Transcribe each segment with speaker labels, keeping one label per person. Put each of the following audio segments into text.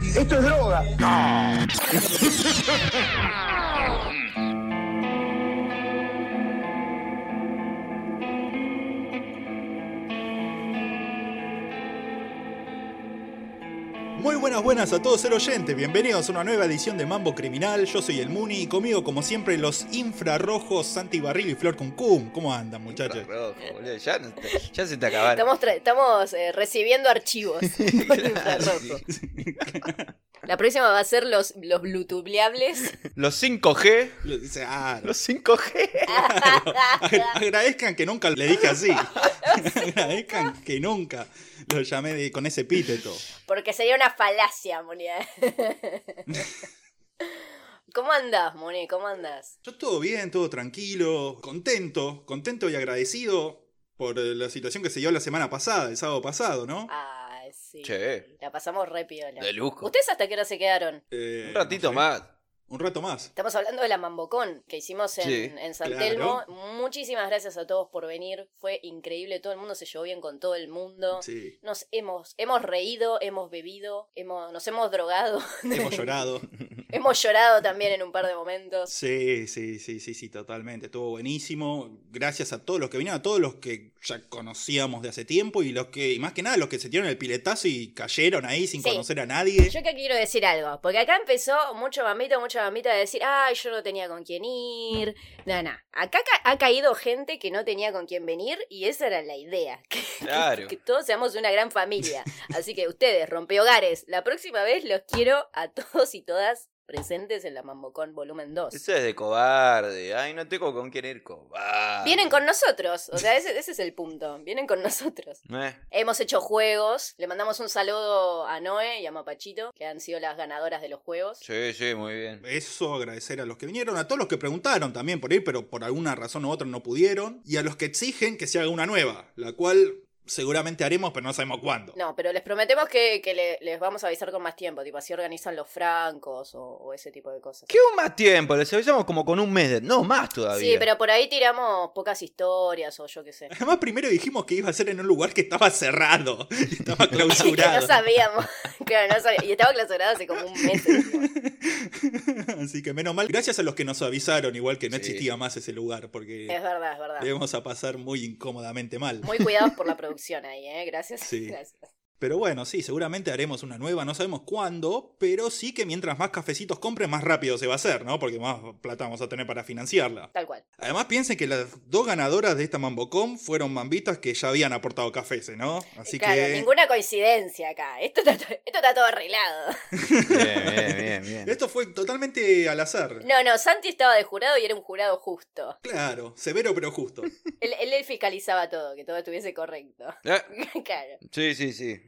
Speaker 1: Esto es droga.
Speaker 2: Muy buenas, buenas a todos el oyente, bienvenidos a una nueva edición de Mambo Criminal, yo soy el Muni y conmigo como siempre los infrarrojos Santi Barril y Flor Cuncum. ¿Cómo andan muchachos?
Speaker 3: Infrarrojo, boludo, ya, no- ya se te acabaron.
Speaker 4: Estamos, tra- estamos eh, recibiendo archivos. por infrarrojo. La próxima va a ser los, los bluetubleables.
Speaker 3: Los 5G.
Speaker 2: Lo- dice, ah,
Speaker 3: Los 5G.
Speaker 2: agra- agradezcan que nunca le dije así. agradezcan que nunca lo llamé de- con ese epíteto.
Speaker 4: Porque sería una falacia, Moni. ¿eh? ¿Cómo andás, Moni? ¿Cómo andás?
Speaker 2: Yo todo bien, todo tranquilo, contento, contento y agradecido por eh, la situación que se dio la semana pasada, el sábado pasado, ¿no?
Speaker 3: Ah.
Speaker 4: Ay, sí.
Speaker 3: Che.
Speaker 4: La pasamos re piola.
Speaker 3: De lujo.
Speaker 4: ¿Ustedes hasta qué hora se quedaron?
Speaker 2: Eh,
Speaker 3: Un ratito
Speaker 2: no sé,
Speaker 3: más.
Speaker 2: Un rato más.
Speaker 4: Estamos hablando de la Mambocón que hicimos en,
Speaker 3: Sí,
Speaker 4: en San
Speaker 2: claro.
Speaker 4: Telmo. Muchísimas gracias a todos por venir. Fue increíble. Todo el mundo se llevó bien con todo el mundo.
Speaker 2: Sí,
Speaker 4: Nos hemos, hemos reído, hemos bebido, hemos, nos hemos drogado,
Speaker 2: hemos llorado.
Speaker 4: hemos llorado también en un par de momentos.
Speaker 2: Sí, sí, sí, sí, sí, totalmente. Estuvo buenísimo. Gracias a todos los que vinieron, a todos los que ya conocíamos de hace tiempo y los que, y más que nada, los que se tiraron el piletazo y cayeron ahí sin
Speaker 4: Sí.
Speaker 2: conocer a nadie.
Speaker 4: Yo que quiero decir algo, porque acá empezó mucho mamito, mucha mamita de decir, ay, yo no tenía con quién ir. Nada, Acá ca- ha caído gente que no tenía con quién venir y esa era la idea, que, que-
Speaker 3: Claro.
Speaker 4: que todos seamos una gran familia. Así que ustedes, rompehogares, la próxima vez los quiero a todos y todas presentes en la Mambocón Volumen 2.
Speaker 3: Eso es de cobarde. Ay, no tengo con quién ir. Cobarde.
Speaker 4: Vienen con nosotros, o sea, ese, ese es el punto. Vienen con nosotros.
Speaker 3: Eh,
Speaker 4: Hemos hecho juegos. Le mandamos un saludo a Noé y a Mapachito, que han sido las ganadoras de los juegos.
Speaker 3: Sí, sí, muy bien.
Speaker 2: Eso, agradecer a los que vinieron, a todos los que preguntaron también por ir, pero por alguna razón u otra no pudieron. Y a los que exigen que se haga una nueva, la cual seguramente haremos, pero no sabemos cuándo.
Speaker 4: No, pero les prometemos que, que le- les vamos a avisar con más tiempo, tipo así organizan los francos o, o ese tipo de cosas.
Speaker 3: ¿Qué un más tiempo? Les avisamos como con un mes. de- No, más todavía.
Speaker 4: Sí, pero por ahí tiramos pocas historias o yo qué sé.
Speaker 2: Además, primero dijimos que iba a ser en un lugar que estaba cerrado, estaba
Speaker 4: Que no
Speaker 2: clausurado.
Speaker 4: sabíamos. Claro, no sabíamos. Y estaba clausurado hace como un mes. encima.
Speaker 2: Así que menos mal. Gracias a los que nos avisaron, igual que no
Speaker 3: Sí.
Speaker 2: existía más ese lugar, porque
Speaker 4: Es verdad, es verdad.
Speaker 2: le íbamos a pasar muy incómodamente mal.
Speaker 4: Muy cuidados por la producción ahí, ¿eh? Gracias.
Speaker 2: Sí.
Speaker 4: Gracias.
Speaker 2: Pero bueno, sí, seguramente haremos una nueva, no sabemos cuándo, pero sí que mientras más cafecitos compren, más rápido se va a hacer, ¿no? Porque más plata vamos a tener para financiarla.
Speaker 4: Tal cual.
Speaker 2: Además, piensen que las dos ganadoras de esta Mambocom fueron mambitas que ya habían aportado cafés, ¿no? Así
Speaker 4: claro,
Speaker 2: que.
Speaker 4: ninguna coincidencia acá. Esto está, esto está todo arreglado.
Speaker 3: Bien, bien, bien, bien.
Speaker 2: Esto fue totalmente al azar.
Speaker 4: No, no, Santi estaba de jurado y era un jurado justo.
Speaker 2: Claro, severo pero justo.
Speaker 4: Él, él, él fiscalizaba todo, que todo estuviese correcto.
Speaker 3: Eh,
Speaker 4: claro.
Speaker 3: sí, sí, sí.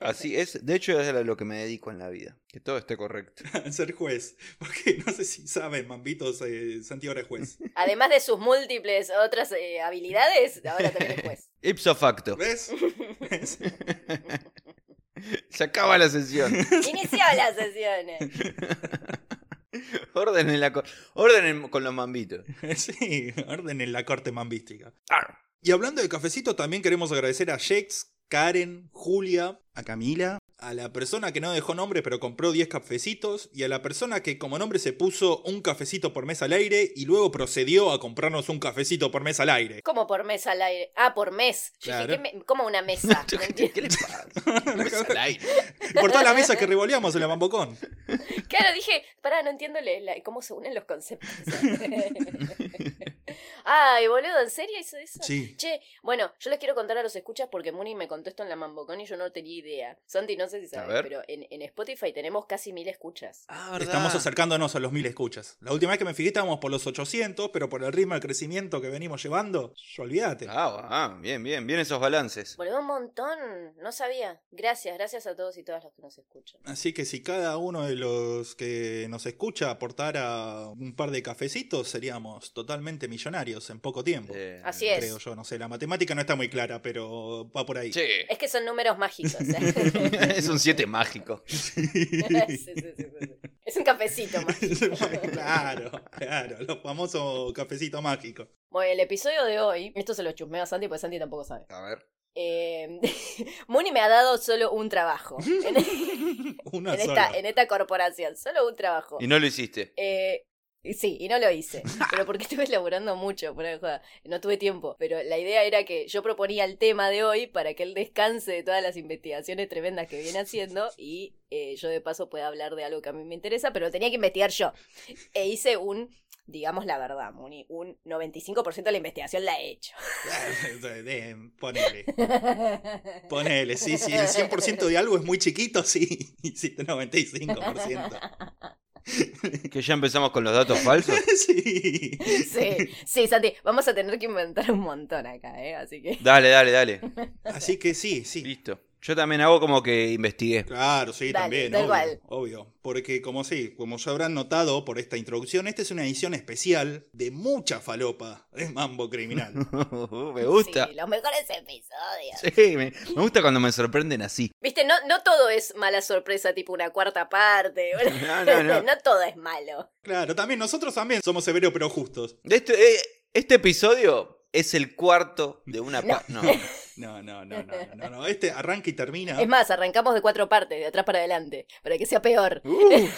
Speaker 3: Así es. De hecho, es a lo que me dedico en la vida. Que todo esté correcto.
Speaker 2: Ser juez. Porque no sé si saben, Mambitos, eh, Santiago es juez.
Speaker 4: Además de sus múltiples otras eh, habilidades, ahora también es juez.
Speaker 3: Ipso facto.
Speaker 2: ¿Ves? ¿Ves?
Speaker 3: Se acaba la sesión.
Speaker 4: Iniciaba las sesiones.
Speaker 3: Ordenen, la co- ordenen con los mambitos. Ah,
Speaker 2: Sí, orden en la corte mambística.
Speaker 3: Arr.
Speaker 2: Y hablando de cafecito, también queremos agradecer a Jex, Karen, Julia, a Camila, a la persona que no dejó nombre pero compró 10 cafecitos, y a la persona que como nombre se puso un cafecito por mes al aire y luego procedió a comprarnos un cafecito por mes al aire.
Speaker 4: Como por mesa al aire. Ah, por mes. Yo dije,
Speaker 2: Claro.
Speaker 4: ¿qué me- como una mesa. No entiendo.
Speaker 3: ¿Qué le pasa? No es al aire.
Speaker 2: Por toda la mesa que revoleamos en la Mambocón.
Speaker 4: Claro, dije, pará, no entiendo le- la- cómo se unen los conceptos. Ay, boludo, ¿en serio hizo eso?
Speaker 2: Sí.
Speaker 4: Che, bueno, yo les quiero contar a los escuchas porque Muni me contó esto en la Mambocón y yo no tenía idea. Santi, no sé si sabes,
Speaker 3: ver.
Speaker 4: pero en, en Spotify tenemos casi mil escuchas.
Speaker 3: Ah, ¿verdad?
Speaker 2: Estamos acercándonos a los mil escuchas. La última vez que me fijé estábamos por los 800, pero por el ritmo de crecimiento que venimos llevando, yo olvídate.
Speaker 3: Ah, ah, bien, bien, bien esos balances.
Speaker 4: Boludo, un montón. No sabía. Gracias, gracias a todos y todas los que nos escuchan.
Speaker 2: Así que si cada uno de los que nos escucha aportara un par de cafecitos, seríamos totalmente millonarios en poco tiempo.
Speaker 3: Eh,
Speaker 4: Así es.
Speaker 2: Creo yo, no sé, la matemática no está muy clara, pero va por ahí.
Speaker 3: Che.
Speaker 4: Es que son números mágicos. ¿eh?
Speaker 3: es un 7 mágico.
Speaker 4: Sí, sí, sí, sí, sí. Es un cafecito mágico.
Speaker 2: claro, claro, los famosos cafecitos mágicos.
Speaker 4: Bueno, el episodio de hoy, esto se lo chusmeo a Santi porque Santi tampoco sabe.
Speaker 3: A ver.
Speaker 4: Eh, Muni me ha dado solo un trabajo.
Speaker 2: Una
Speaker 4: en
Speaker 2: sola.
Speaker 4: esta, en esta corporación. Solo un trabajo.
Speaker 3: Y no lo hiciste.
Speaker 4: Eh, y sí, y no lo hice. Pero porque estuve laburando mucho, por joda. No tuve tiempo. Pero la idea era que yo proponía el tema de hoy para que él descanse de todas las investigaciones tremendas que viene haciendo y eh, yo de paso pueda hablar de algo que a mí me interesa, pero lo tenía que investigar yo. E hice un, digamos la verdad, Muni, un 95% de la investigación la he hecho.
Speaker 2: Eh, Ponele. Ponele. Sí, sí, el 100% de algo es muy chiquito, sí. Hiciste 95%.
Speaker 3: Que ya empezamos con los datos falsos.
Speaker 2: Sí.
Speaker 4: Sí, sí, Santi, vamos a tener que inventar un montón acá, ¿eh? Así que...
Speaker 3: Dale, dale, dale.
Speaker 2: Así que sí, sí.
Speaker 3: Listo. Yo también hago como que investigué.
Speaker 2: Claro, sí,
Speaker 4: Dale,
Speaker 2: también.
Speaker 4: da
Speaker 2: obvio,
Speaker 4: igual.
Speaker 2: obvio. Porque como sí, como ya habrán notado por esta introducción, esta es una edición especial de mucha falopa de Mambo Criminal.
Speaker 3: me gusta.
Speaker 4: Sí, los mejores episodios.
Speaker 3: Sí, me, me gusta cuando me sorprenden así.
Speaker 4: Viste, no, no todo es mala sorpresa, tipo una cuarta parte.
Speaker 3: No, no, no.
Speaker 4: todo es malo.
Speaker 2: Claro, también nosotros también somos severos pero justos.
Speaker 3: De Este, eh, este episodio es el cuarto de una... pa- No.
Speaker 2: No, no, no, no, no, no, no. Este arranca y termina.
Speaker 4: Es más, arrancamos de cuatro partes, de atrás para adelante, para que sea peor.
Speaker 3: Uh.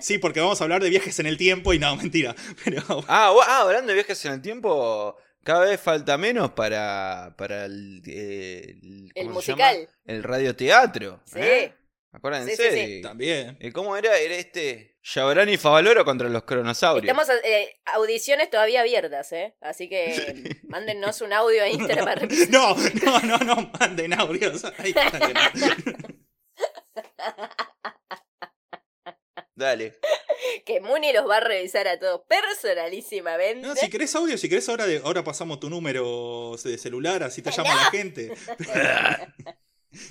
Speaker 2: Sí, porque vamos a hablar de viajes en el tiempo y no, mentira. Pero
Speaker 3: Ah, bu- ah, hablando de viajes en el tiempo, cada vez falta menos para, para el, eh,
Speaker 4: El
Speaker 3: ¿cómo se
Speaker 4: musical.
Speaker 3: llama? El radioteatro.
Speaker 4: Sí.
Speaker 3: ¿eh? Acuérdense.
Speaker 4: Sí, sí, sí.
Speaker 3: de-
Speaker 2: también.
Speaker 3: de ¿Cómo era? Era este Yabrani y Favaloro contra los cronosaurios.
Speaker 4: Estamos eh, audiciones todavía abiertas, ¿eh? Así que mándennos un audio a Instagram. para-
Speaker 2: No, no, no, no, manden audios. Ay, manden audios.
Speaker 3: Dale.
Speaker 4: que Muni los va a revisar a todos personalísimamente.
Speaker 2: No, si querés audio, si querés ahora, de, ahora pasamos tu número de celular, así te llama la gente.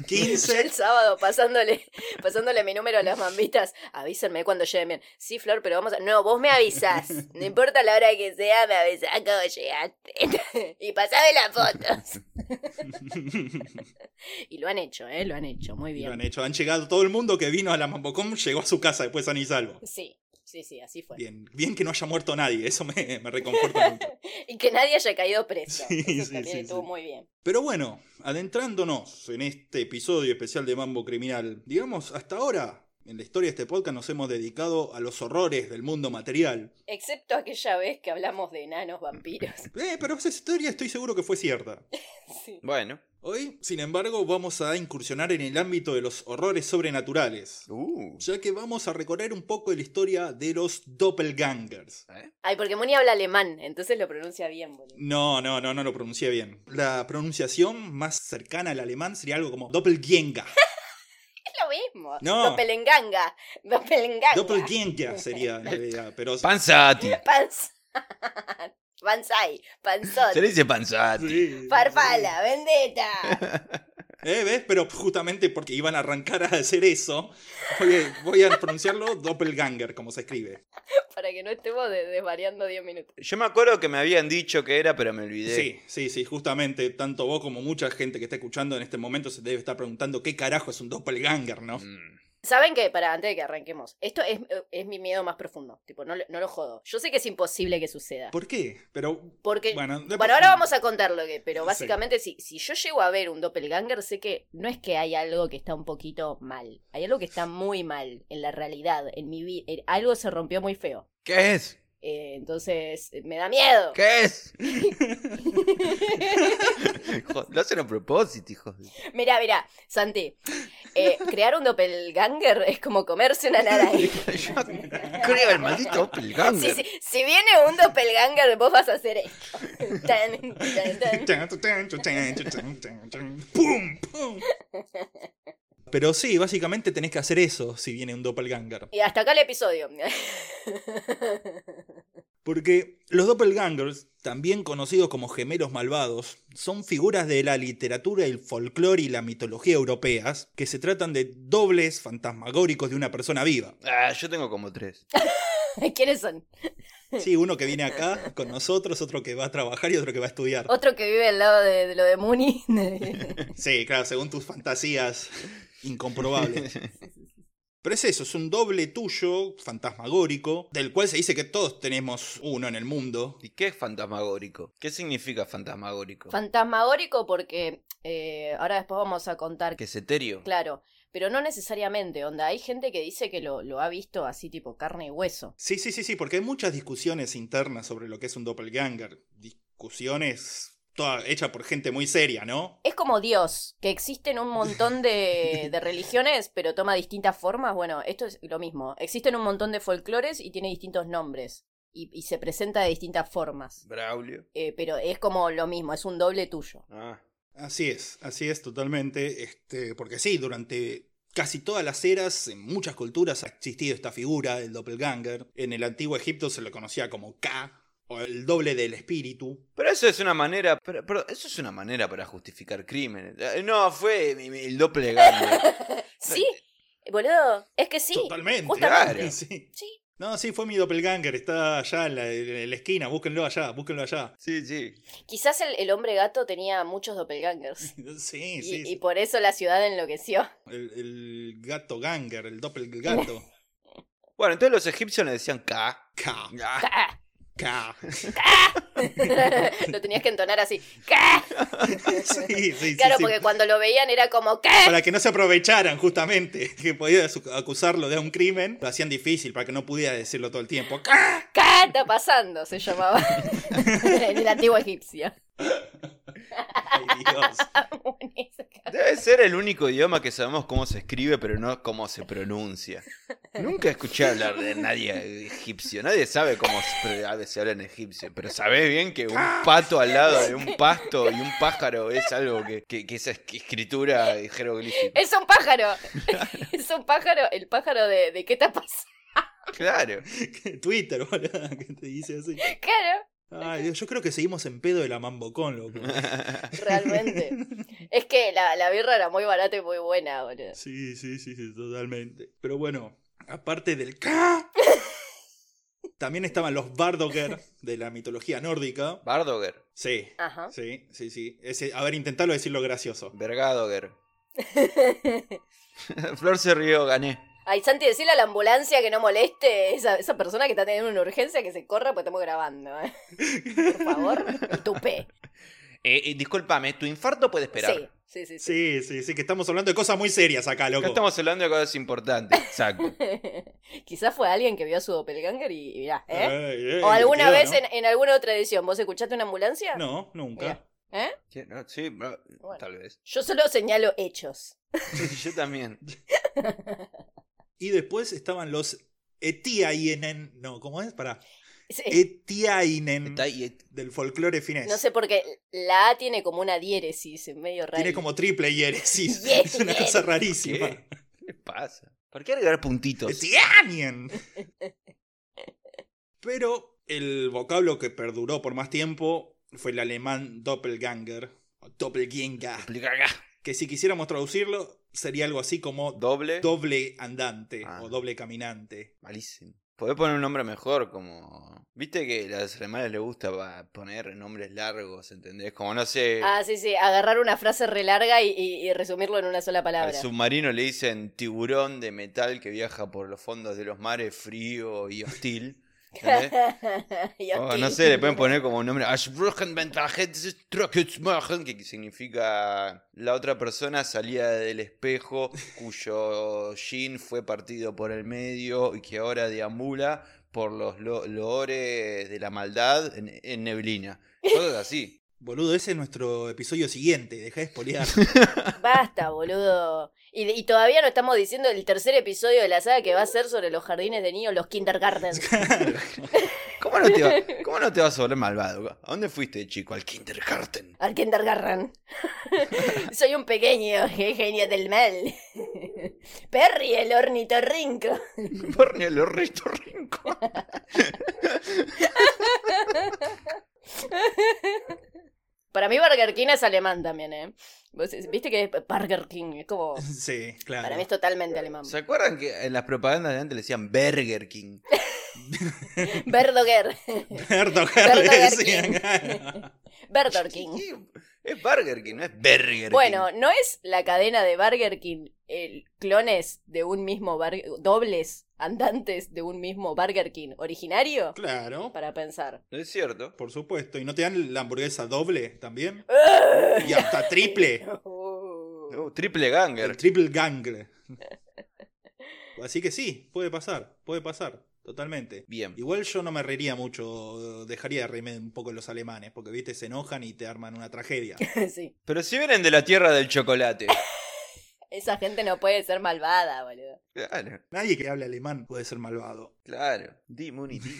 Speaker 2: 15.
Speaker 4: El sábado pasándole, pasándole mi número a las mambitas. Avísenme cuando lleguen bien. Sí, Flor, pero vamos a. No, vos me avisás. No importa la hora que sea, me avisás cuando llegaste. y pasame las fotos. Y lo han hecho, ¿eh? Lo han hecho. Muy
Speaker 2: Y
Speaker 4: bien.
Speaker 2: Lo han hecho, han llegado todo el mundo que vino a la Mambocom, llegó a su casa después sano y salvo.
Speaker 4: Sí, sí, sí, así fue.
Speaker 2: Bien, bien que no haya muerto nadie, eso me, me reconforta mucho.
Speaker 4: Y que nadie haya caído preso.
Speaker 2: Sí,
Speaker 4: Eso
Speaker 2: sí,
Speaker 4: también
Speaker 2: sí,
Speaker 4: estuvo
Speaker 2: sí.
Speaker 4: muy bien.
Speaker 2: Pero bueno, adentrándonos en este episodio especial de Mambo Criminal, digamos, hasta ahora, en la historia de este podcast nos hemos dedicado a los horrores del mundo material.
Speaker 4: Excepto aquella vez que hablamos de enanos vampiros.
Speaker 2: Eh, pero esa historia estoy seguro que fue cierta.
Speaker 4: Sí.
Speaker 3: Bueno.
Speaker 2: Hoy, sin embargo, vamos a incursionar en el ámbito de los horrores sobrenaturales,
Speaker 3: Uh.
Speaker 2: ya que vamos a recorrer un poco de la historia de los doppelgangers.
Speaker 4: Ay, porque Muni habla alemán, entonces lo pronuncia bien, boludo.
Speaker 2: No, no, no, no lo pronuncié bien. La pronunciación más cercana al alemán sería algo como doppelgänger.
Speaker 4: Es lo mismo.
Speaker 2: No.
Speaker 4: Doppelenganga. Doppelenganga.
Speaker 2: Doppelgänger sería, en realidad, pero
Speaker 3: Panzati.
Speaker 4: Panz. Panzai, panzón,
Speaker 3: Se le dice Panzati.
Speaker 2: Sí.
Speaker 4: farfala, vendetta.
Speaker 2: Eh, ¿Ves? Pero justamente porque iban a arrancar a hacer eso, voy a, voy a pronunciarlo doppelganger, como se escribe.
Speaker 4: Para que no estemos de- desvariando 10 minutos.
Speaker 3: Yo me acuerdo que me habían dicho que era, pero me olvidé.
Speaker 2: Sí, sí, sí, justamente tanto vos como mucha gente que está escuchando en este momento se debe estar preguntando qué carajo es un doppelganger, ¿no?
Speaker 3: Mm.
Speaker 4: ¿Saben qué? Para, antes de que arranquemos. Esto es, es mi miedo más profundo. Tipo, no, lo- no lo jodo. Yo sé que es imposible que suceda.
Speaker 2: ¿Por qué? Pero,
Speaker 4: Porque. Bueno,
Speaker 2: bueno, después-
Speaker 4: ahora vamos a contarlo, que, pero básicamente, si, si yo llego a ver un doppelganger, sé que no es que hay algo que está un poquito mal. Hay algo que está muy mal en la realidad, en mi vida. Algo se rompió muy feo.
Speaker 3: ¿Qué es?
Speaker 4: Eh, entonces, me da miedo.
Speaker 3: ¿Qué es? Jo- Lo hacen a propósito, hijo.
Speaker 4: Mirá, mirá, Santi, eh, crear un doppelganger es como comerse una naranja.
Speaker 3: Yo creo el maldito
Speaker 4: Si,
Speaker 3: doppelganger.
Speaker 4: si, si viene un doppelganger, vos vas a hacer esto. Tan, tan, tan.
Speaker 2: ¡Pum! ¡Pum! Pero sí, básicamente tenés que hacer eso si viene un doppelganger.
Speaker 4: Y hasta acá el episodio.
Speaker 2: Porque los doppelgangers, también conocidos como gemelos malvados, son figuras de la literatura, el folclore y la mitología europeas que se tratan de dobles fantasmagóricos de una persona viva.
Speaker 3: Ah, yo tengo como tres.
Speaker 4: ¿Quiénes son?
Speaker 2: Sí, uno que viene acá con nosotros, otro que va a trabajar y otro que va a estudiar.
Speaker 4: Otro que vive al lado de, de lo de Mooney.
Speaker 2: Sí, claro, según tus fantasías incomprobables. Pero es eso, es un doble tuyo, fantasmagórico, del cual se dice que todos tenemos uno en el mundo.
Speaker 3: ¿Y qué es fantasmagórico? ¿Qué significa fantasmagórico?
Speaker 4: Fantasmagórico porque eh, ahora después vamos a contar.
Speaker 3: que es etéreo.
Speaker 4: Claro, pero no necesariamente, onda, hay gente que dice que lo, lo ha visto así tipo carne y hueso.
Speaker 2: Sí, sí, sí, sí, porque hay muchas discusiones internas sobre lo que es un doppelganger. Discusiones todas hechas por gente muy seria, ¿no?
Speaker 4: Es como Dios, que existen un montón de, de religiones, pero toma distintas formas. Bueno, esto es lo mismo. Existen un montón de folclores y tiene distintos nombres. Y, y se presenta de distintas formas.
Speaker 3: Braulio.
Speaker 4: Eh, pero es como lo mismo, es un doble tuyo.
Speaker 3: Ah.
Speaker 2: Así es, así es totalmente. Este, porque sí, durante casi todas las eras, en muchas culturas ha existido esta figura del doppelganger. En el antiguo Egipto se lo conocía como Ka, o el doble del espíritu.
Speaker 3: Pero eso es una manera. Pero, pero eso es una manera para justificar crímenes. Eh, No, fue mi- mi- el doppelganger.
Speaker 4: Sí, boludo, es que sí.
Speaker 2: totalmente.
Speaker 4: justamente.
Speaker 3: Claro.
Speaker 2: Sí.
Speaker 4: Sí.
Speaker 2: No, sí, fue mi doppelganger, está allá en la, en la esquina, búsquenlo allá, búsquenlo allá.
Speaker 3: Sí, sí.
Speaker 4: Quizás el, el hombre gato tenía muchos doppelgangers.
Speaker 2: Sí,
Speaker 4: Y,
Speaker 2: sí.
Speaker 4: y por eso la ciudad enloqueció.
Speaker 2: El, el gato ganger, el doppelgato.
Speaker 3: Bueno, entonces los egipcios le decían Ka.
Speaker 2: Ka,
Speaker 3: Ah,
Speaker 4: ¡Ca!
Speaker 2: ka.
Speaker 4: lo tenías que entonar así. ¡Ca!
Speaker 2: Sí, sí, sí,
Speaker 4: Claro,
Speaker 2: sí.
Speaker 4: porque cuando lo veían era como ¿qué?
Speaker 2: Para que no se aprovecharan, justamente, que podía su- acusarlo de un crimen, lo hacían difícil para que no pudiera decirlo todo el tiempo. ¡Ca!
Speaker 4: ¿Qué está pasando? Se llamaba en el antiguo egipcio.
Speaker 2: Ay, Dios.
Speaker 3: Debe ser el único idioma que sabemos cómo se escribe, pero no cómo se pronuncia. Nunca escuché hablar de nadie egipcio. Nadie sabe cómo se, pre- a veces habla en egipcio. Pero sabés bien que un pato al lado de un pasto y un pájaro es algo que, que, que esa es- escritura jeroglífica.
Speaker 4: Es un pájaro. Es un pájaro, el pájaro de, de qué está pasando.
Speaker 3: Claro.
Speaker 2: Twitter, boludo, que te dice así.
Speaker 4: Claro,
Speaker 2: Ay, Dios, yo creo que seguimos en pedo de la mambocón, loco.
Speaker 4: realmente. Es que la, la birra era muy barata y muy buena, boludo.
Speaker 2: Sí, sí, sí, sí, totalmente. Pero bueno, aparte del K, también estaban los Bardoker de la mitología nórdica.
Speaker 3: Bardoger.
Speaker 2: Sí,
Speaker 4: Ajá.
Speaker 2: sí, sí, sí. Ese- a ver, intentalo decirlo gracioso.
Speaker 3: Vergadoger. Flor se rió, gané.
Speaker 4: Ay, Santi, decirle a la ambulancia que no moleste esa, esa persona que está teniendo una urgencia que se corra porque estamos grabando. ¿eh? Por favor, tupé.
Speaker 3: Eh, eh, discúlpame, tu infarto puede esperar.
Speaker 4: Sí, sí, sí. sí.
Speaker 2: Sí, sí, sí, que estamos hablando de cosas muy serias acá,
Speaker 3: Acá
Speaker 2: loco.
Speaker 3: estamos hablando de cosas importantes. Exacto.
Speaker 4: Quizás fue alguien que vio a su doppelganger y, y mirá, ¿eh?
Speaker 2: Ay, ay,
Speaker 4: o alguna
Speaker 2: quedó,
Speaker 4: vez
Speaker 2: ¿no?
Speaker 4: en, en alguna otra edición, ¿vos escuchaste una ambulancia?
Speaker 2: No, nunca.
Speaker 4: Mira. ¿Eh?
Speaker 3: ¿Qué? No, sí, no,
Speaker 4: Bueno.
Speaker 3: tal vez.
Speaker 4: Yo solo señalo hechos.
Speaker 3: Yo también.
Speaker 2: Y después estaban los Etiainen. No, ¿cómo es? Pará.
Speaker 4: Sí.
Speaker 2: Etiainen
Speaker 3: Está ahí, eh,
Speaker 2: del folclore finés.
Speaker 4: Eh. No sé por qué la A tiene como una diéresis en medio raro.
Speaker 2: Tiene como triple hieresis.
Speaker 4: Hieresis.
Speaker 2: es una cosa rarísima.
Speaker 3: ¿Qué? ¿Qué le pasa? ¿Por qué agregar puntitos?
Speaker 2: Etianien. Pero el vocablo que perduró por más tiempo fue el alemán doppelganger o doppelgänger,
Speaker 3: Explica acá.
Speaker 2: que si quisiéramos traducirlo sería algo así como
Speaker 3: Doble.
Speaker 2: doble andante
Speaker 3: Ah.
Speaker 2: o doble caminante.
Speaker 3: Malísimo. Podés poner un nombre mejor, como. Viste que a las hermanas les gusta va, poner nombres largos, ¿entendés? Como no sé.
Speaker 4: Ah, sí, sí, agarrar una frase re larga y, y- y resumirlo en una sola
Speaker 3: Al
Speaker 4: palabra.
Speaker 3: submarino le dicen tiburón de metal que viaja por los fondos de los mares frío y hostil. ¿entendés?
Speaker 4: Y
Speaker 2: Oh,
Speaker 3: O,
Speaker 4: ok.
Speaker 3: Oh, no sé, le pueden poner como un nombre. Aschbrochenbentrachetztrocketsmachen, Que significa la otra persona salía del espejo cuyo jean fue partido por el medio y que ahora deambula por los lo- loores de la maldad en, en neblina. Cosas así.
Speaker 2: Boludo, ese es nuestro episodio siguiente, dejá de espolear.
Speaker 4: Basta, boludo. Y, y todavía no estamos diciendo el tercer episodio de la saga que va a ser sobre los jardines de niños, los kindergartens.
Speaker 3: ¿Cómo no te, va- cómo no te vas a volver malvado? ¿A dónde fuiste, de chico? Al kindergarten.
Speaker 4: Al kindergarten. Soy un pequeño genio del mal. Perry, el ornitorrinco.
Speaker 3: Borneo, el horrito rincón.
Speaker 4: Para mí Burger King es alemán también, ¿eh? Vos- Viste que es Burger King, es como...
Speaker 2: sí, claro.
Speaker 4: Para mí es totalmente alemán.
Speaker 3: ¿Se acuerdan que en las propagandas de antes le decían Burger King?
Speaker 4: Verdoger.
Speaker 2: Verdoger, le
Speaker 4: Verdoger
Speaker 2: decían.
Speaker 4: Burger King.
Speaker 3: Es Burger King, no es Burger King.
Speaker 4: Bueno, ¿no es la cadena de Burger King el clones de un mismo Burger... dobles andantes de un mismo Burger King originario?
Speaker 2: claro,
Speaker 4: Para pensar.
Speaker 3: No es cierto.
Speaker 2: por supuesto. ¿Y no te dan la hamburguesa doble también? ¿Y hasta triple?
Speaker 4: Uh.
Speaker 3: No, Oh, triple ganger.
Speaker 2: El triple gangle. Así que sí, puede pasar, puede pasar, totalmente.
Speaker 3: Bien.
Speaker 2: Igual yo no me reiría mucho, dejaría de reírme un poco los alemanes, porque viste, se enojan y te arman una tragedia.
Speaker 4: sí.
Speaker 3: Pero si vienen de la tierra del chocolate.
Speaker 4: Esa gente no puede ser malvada, boludo.
Speaker 3: Claro,
Speaker 2: Nadie que hable alemán puede ser malvado.
Speaker 3: claro. Dimunity.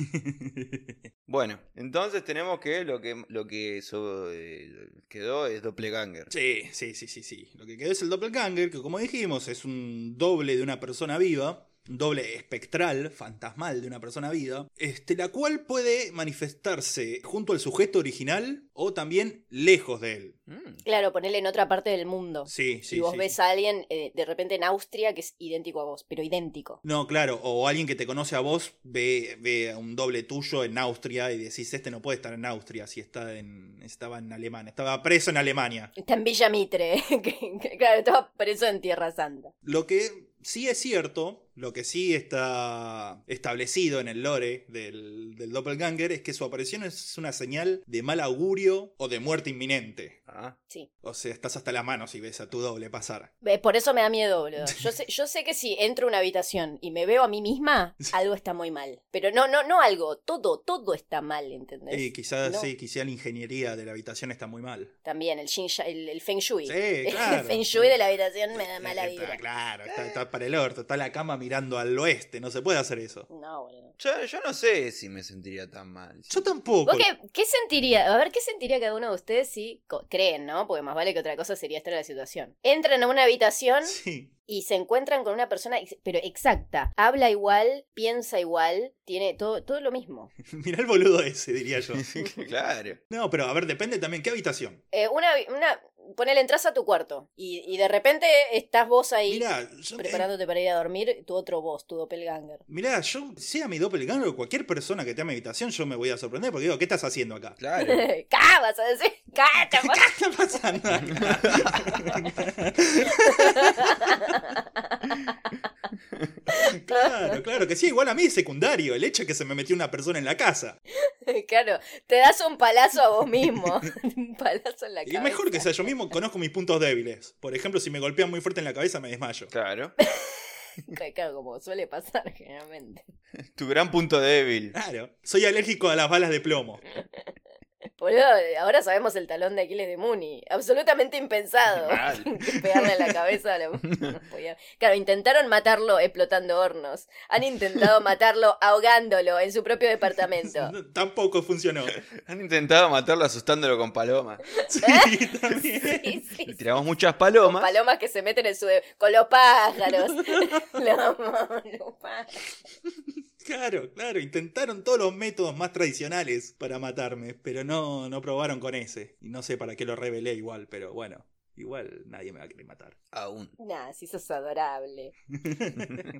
Speaker 3: Bueno, entonces tenemos que lo que, lo que so- eh, quedó es doppelganger.
Speaker 2: Sí, sí, sí, sí, sí. Lo que quedó es el doppelganger, que como dijimos, es un doble de una persona viva, un doble espectral, fantasmal de una persona viva, este, la cual puede manifestarse junto al sujeto original o también lejos de él.
Speaker 3: Mm.
Speaker 4: Claro, ponerle en otra parte del mundo.
Speaker 2: Sí, sí.
Speaker 4: si vos
Speaker 2: sí,
Speaker 4: ves
Speaker 2: sí.
Speaker 4: a alguien eh, de repente en Austria que es idéntico a vos, pero idéntico.
Speaker 2: No, claro, o alguien que te conoce a vos ve, ve a un doble tuyo en Austria y decís, este no puede estar en Austria si está en, estaba en Alemania, estaba preso en Alemania.
Speaker 4: Está en Villa Mitre. que- que- claro, estaba preso en Tierra Santa.
Speaker 2: Lo que sí es cierto, lo que sí está establecido en el lore del, del doppelganger es que su aparición es una señal de mal augurio o de muerte inminente.
Speaker 3: Ah,
Speaker 2: O sea, estás hasta la mano si ves a tu doble pasar.
Speaker 4: Ve, Eh, Por eso me da miedo, boludo. Yo sé, yo sé que si entro a una habitación y me veo a mí misma, algo está muy mal. Pero no, no, no algo. Todo, todo está mal, ¿entendés?
Speaker 2: Eh, quizás
Speaker 4: no.
Speaker 2: sí, quizás la ingeniería de la habitación está muy mal.
Speaker 4: También el, shin sha- el, el Feng Shui.
Speaker 2: Sí, claro.
Speaker 4: el Feng Shui de la habitación me da mala
Speaker 2: Está-
Speaker 4: vibra.
Speaker 2: Claro, está, está para el orto, está la cama mirando al oeste, no se puede hacer eso.
Speaker 4: No, boludo.
Speaker 3: yo, yo no sé si me sentiría tan mal.
Speaker 2: Yo tampoco.
Speaker 4: ¿Vos qué, qué sentiría? A ver, ¿qué sentiría cada uno de ustedes si co- creen, ¿no? Porque más vale que otra cosa sería estar en la situación. Entran a una habitación
Speaker 2: Sí.
Speaker 4: y se encuentran con una persona, ex- pero exacta. Habla igual, piensa igual, tiene todo, todo lo mismo.
Speaker 2: Mirá el boludo ese, diría yo.
Speaker 3: claro.
Speaker 2: No, pero a ver, depende también qué habitación.
Speaker 4: Eh, una, una, ponele, entras a tu cuarto y, y de repente estás vos ahí
Speaker 2: Mirá, eh. yo,
Speaker 4: preparándote para ir a dormir, tu otro vos, tu doppelganger.
Speaker 2: Mirá, yo, sea mi doppelganger o cualquier persona que te mi habitación, yo me voy a sorprender porque digo, ¿qué estás haciendo acá?
Speaker 3: Claro.
Speaker 4: ¡Cá! Vas a decir, ¡cá! te
Speaker 2: ¿Qué está pasando acá? claro, claro, que sí, igual a mí es secundario el hecho de que se me metió una persona en la casa.
Speaker 4: Claro, te das un palazo a vos mismo. un palazo en la
Speaker 2: Y
Speaker 4: cabeza.
Speaker 2: mejor que sea, yo mismo conozco mis puntos débiles. Por ejemplo, si me golpean muy fuerte en la cabeza, me desmayo.
Speaker 3: Claro.
Speaker 4: Ca- Claro, como suele pasar generalmente.
Speaker 3: Tu gran punto débil.
Speaker 2: Claro, soy alérgico a las balas de plomo.
Speaker 4: Boludo, ahora sabemos el talón de Aquiles de Mooney. Absolutamente impensado.
Speaker 3: Mal.
Speaker 4: Que Pegarle a la cabeza. a la- no podía. Claro, intentaron matarlo explotando hornos. Han intentado matarlo ahogándolo en su propio departamento.
Speaker 2: No, Tampoco funcionó.
Speaker 3: Han intentado matarlo asustándolo con palomas.
Speaker 2: Sí, también.
Speaker 4: Sí, sí,
Speaker 3: Le
Speaker 4: sí.
Speaker 3: tiramos muchas
Speaker 4: Con
Speaker 3: palomas.
Speaker 4: palomas que se meten en su... de- Con los pájaros. Lo amo, los pájaros.
Speaker 2: Claro, claro, intentaron todos los métodos más tradicionales para matarme, pero no, no probaron con ese. Y no sé para qué lo revelé igual, pero bueno, igual nadie me va a querer matar.
Speaker 3: Aún.
Speaker 4: Nah, si sos adorable.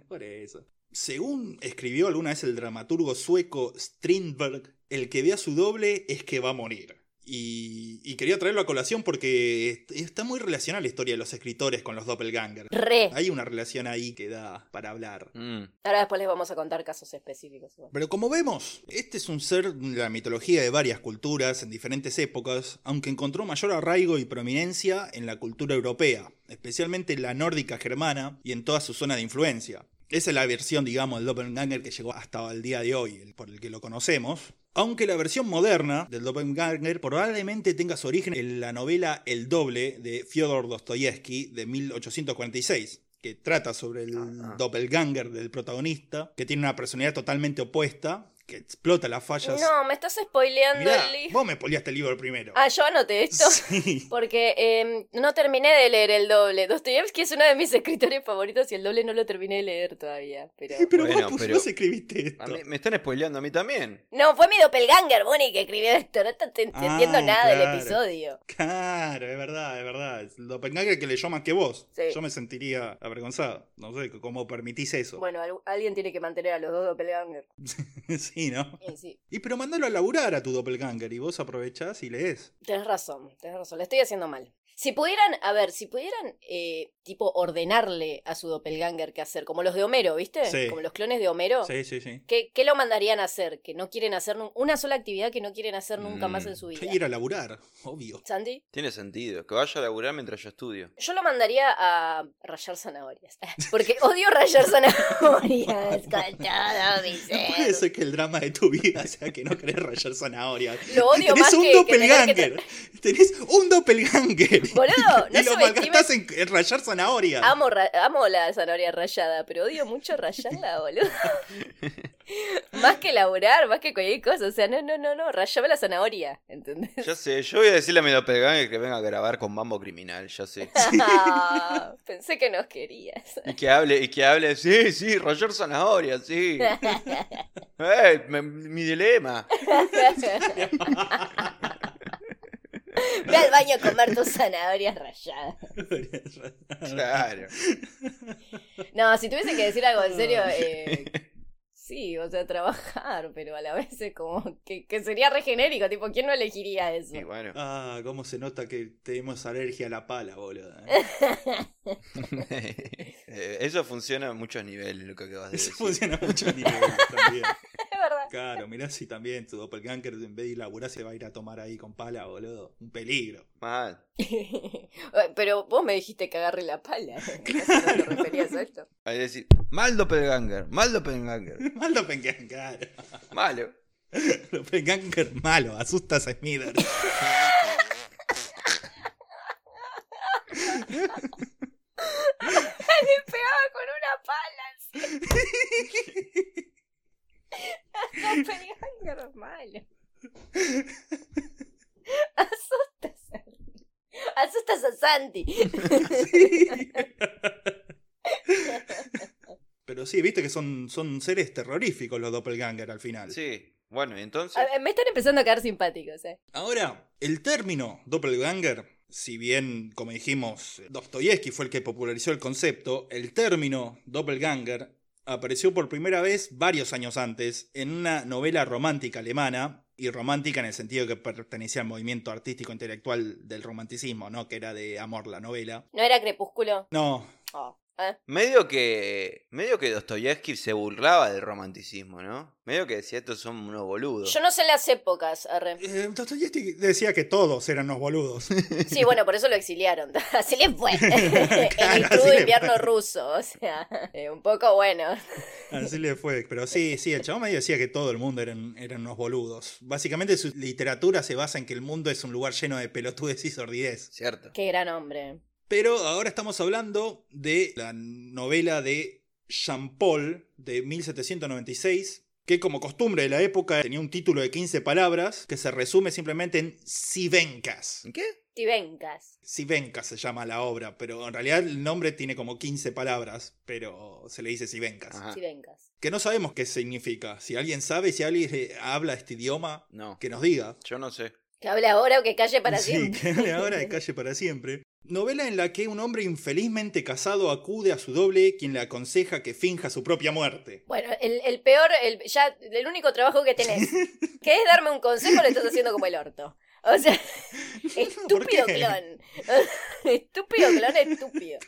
Speaker 2: Por eso. Según escribió alguna vez el dramaturgo sueco Strindberg, el que ve a su doble es que va a morir. Y, y quería traerlo a colación porque est- está muy relacionada la historia de los escritores con los doppelgangers.
Speaker 4: Re.
Speaker 2: Hay una relación ahí que da para hablar.
Speaker 3: Mm.
Speaker 4: Ahora después les vamos a contar casos específicos. igual.
Speaker 2: Pero como vemos, este es un ser de la mitología de varias culturas en diferentes épocas, aunque encontró mayor arraigo y prominencia en la cultura europea, especialmente en la nórdica germana y en toda su zona de influencia. Esa es la versión, digamos, del doppelganger que llegó hasta el día de hoy, el por el que lo conocemos. Aunque la versión moderna del doppelganger probablemente tenga su origen en la novela El doble de Fyodor Dostoyevsky de 1846, que trata sobre el
Speaker 3: Ah, ah.
Speaker 2: doppelganger del protagonista, que tiene una personalidad totalmente opuesta, que explota las fallas.
Speaker 4: No, me estás spoileando
Speaker 2: Mirá,
Speaker 4: el libro.
Speaker 2: vos me poliaste el libro primero.
Speaker 4: Ah, yo anoté esto.
Speaker 2: Sí.
Speaker 4: Porque eh, no terminé de leer el doble. Dostoyevsky es uno de mis escritores favoritos y el doble no lo terminé de leer todavía. Pero.
Speaker 2: Pero
Speaker 3: Bueno,
Speaker 2: vos, pues,
Speaker 3: pero-
Speaker 2: vos escribiste esto.
Speaker 3: A mí- me están spoileando a mí también.
Speaker 4: No, fue mi doppelganger, Bonnie, que escribió esto. No te, te- te
Speaker 2: Ah,
Speaker 4: entiendo nada
Speaker 2: claro.
Speaker 4: del episodio.
Speaker 2: Claro, es verdad, es verdad. Es el doppelganger que leyó más que vos.
Speaker 4: Sí.
Speaker 2: Yo me sentiría avergonzado. No sé cómo permitís eso.
Speaker 4: Bueno, al- alguien tiene que mantener a los dos doppelganger.
Speaker 2: sí, ¿no?
Speaker 4: Y sí,
Speaker 2: Y pero mandalo a laburar a tu doppelganger y vos aprovechás y lees.
Speaker 4: tenés razón, tenés razón. Lo estoy haciendo mal. Si pudieran, a ver, si pudieran, eh, tipo, ordenarle a su doppelganger qué hacer, como los de Homero, ¿viste?
Speaker 2: Sí.
Speaker 4: Como los clones de Homero.
Speaker 2: Sí, sí, sí.
Speaker 4: ¿Qué, qué lo mandarían a hacer? Que no quieren hacer nun- una sola actividad que no quieren hacer nunca
Speaker 3: Mm.
Speaker 4: más en su vida.
Speaker 2: Ir a laburar, obvio.
Speaker 4: ¿Sandy?
Speaker 3: Tiene sentido. Que vaya a laburar mientras yo estudio.
Speaker 4: Yo lo mandaría a rayar zanahorias. Porque odio rayar zanahorias con todo mi
Speaker 2: No puede
Speaker 4: ser.
Speaker 2: ser que el drama de tu vida sea que no querés rayar zanahorias.
Speaker 4: Lo odio
Speaker 2: Tenés
Speaker 4: más
Speaker 2: un
Speaker 4: que, que tener que
Speaker 2: doppelganger. Tenés un doppelganger.
Speaker 4: tra- Boludo, no
Speaker 2: y lo
Speaker 4: subestimes-
Speaker 2: malgastás en, en rayar zanahorias.
Speaker 4: Amo, ra- amo la zanahoria rayada, pero odio mucho rayarla, boludo. más que laburar, más que cualquier cosa. O sea, no, no, no, no. Rayame la zanahoria, ¿entendés?
Speaker 3: Ya sé, yo voy a decirle a mi doppelganger que venga a grabar con Mambo Criminal, ya sé.
Speaker 4: Ah, pensé que nos querías.
Speaker 3: Y que hable, y que hable, sí, sí, Roger Zanahoria, sí. Eh, me- mi dilema.
Speaker 4: Ve al baño a comer tus zanahorias rayadas.
Speaker 3: Claro.
Speaker 4: No, si tuviese que decir algo en serio, eh, sí, o sea, trabajar, pero a la vez es como que, que sería re genérico, tipo, ¿quién no elegiría eso?
Speaker 3: Y bueno.
Speaker 2: Ah, cómo se nota que tenemos alergia a la pala, boludo. ¿eh?
Speaker 3: Eh, Eso funciona a muchos niveles, lo que acabas de
Speaker 2: Eso
Speaker 3: decir.
Speaker 2: funciona mucho a nivel también.
Speaker 4: Es verdad.
Speaker 2: Claro, mirá si también tu doppelganger en vez de ir a laburar se va a ir a tomar ahí con pala, boludo. Un peligro.
Speaker 3: Mal.
Speaker 4: pero vos me dijiste que agarre la pala. No te referías a esto.
Speaker 3: Hay que decir, mal doppelganger, mal doppelganger.
Speaker 2: Mal doppelganger.
Speaker 3: Malo.
Speaker 2: Doppelganger malo, asustas a Smithers.
Speaker 4: Le pegaba con una pala. No peleando malo. Asustas a... Asustas a Santi.
Speaker 2: Pero sí, viste que son, son seres terroríficos los doppelganger al final.
Speaker 3: Sí. Bueno, y entonces.
Speaker 4: A ver, Me están empezando a quedar simpáticos, eh.
Speaker 2: Ahora, el término doppelganger, si bien, como dijimos, Dostoyevsky fue el que popularizó el concepto, el término doppelganger apareció por primera vez varios años antes en una novela romántica alemana, y romántica en el sentido que pertenecía al movimiento artístico intelectual del romanticismo, ¿no? Que era de amor la novela.
Speaker 4: ¿No era crepúsculo?
Speaker 2: No,
Speaker 4: Oh, ¿eh?
Speaker 3: Medio que. Medio que Dostoyevsky se burlaba del romanticismo, ¿no? Medio que decía, estos son unos boludos.
Speaker 4: Yo no sé las épocas, arre.
Speaker 2: eh, Dostoyevsky decía que todos eran los boludos.
Speaker 4: Sí, bueno, por eso lo exiliaron. Así les fue. en
Speaker 2: Claro,
Speaker 4: el
Speaker 2: así
Speaker 4: crudo
Speaker 2: le
Speaker 4: invierno
Speaker 2: fue.
Speaker 4: ruso. O sea, eh, un poco bueno.
Speaker 2: Así le fue. Pero sí, sí, el chabón medio decía que todo el mundo eran, eran unos boludos. Básicamente su literatura se basa en que el mundo es un lugar lleno de pelotudes y sordidez.
Speaker 3: Cierto.
Speaker 4: Qué gran hombre.
Speaker 2: Pero ahora estamos hablando de la novela de Jean Paul de 1796, que como costumbre de la época tenía un título de 15 palabras que se resume simplemente en Sivencas.
Speaker 3: ¿En qué?
Speaker 4: Tibencas.
Speaker 2: Sivencas se llama la obra, pero en realidad el nombre tiene como 15 palabras, pero se le dice Sivencas.
Speaker 4: Ah.
Speaker 3: Ajá.
Speaker 4: Tibencas.
Speaker 2: que no sabemos qué significa. Si alguien sabe, si alguien eh, habla este idioma,
Speaker 3: No.
Speaker 2: que nos diga.
Speaker 3: Yo no sé.
Speaker 4: Que habla ahora o que calle para
Speaker 2: Sí,
Speaker 4: siempre.
Speaker 2: que hable ahora de calle para siempre. Novela en la que un hombre infelizmente casado acude a su doble, quien le aconseja que finja su propia muerte.
Speaker 4: Bueno, el, el peor, el, ya, el único trabajo que tenés, que es darme un consejo, lo estás haciendo como el orto. O sea, estúpido
Speaker 2: qué?
Speaker 4: clon. estúpido clon, estúpido.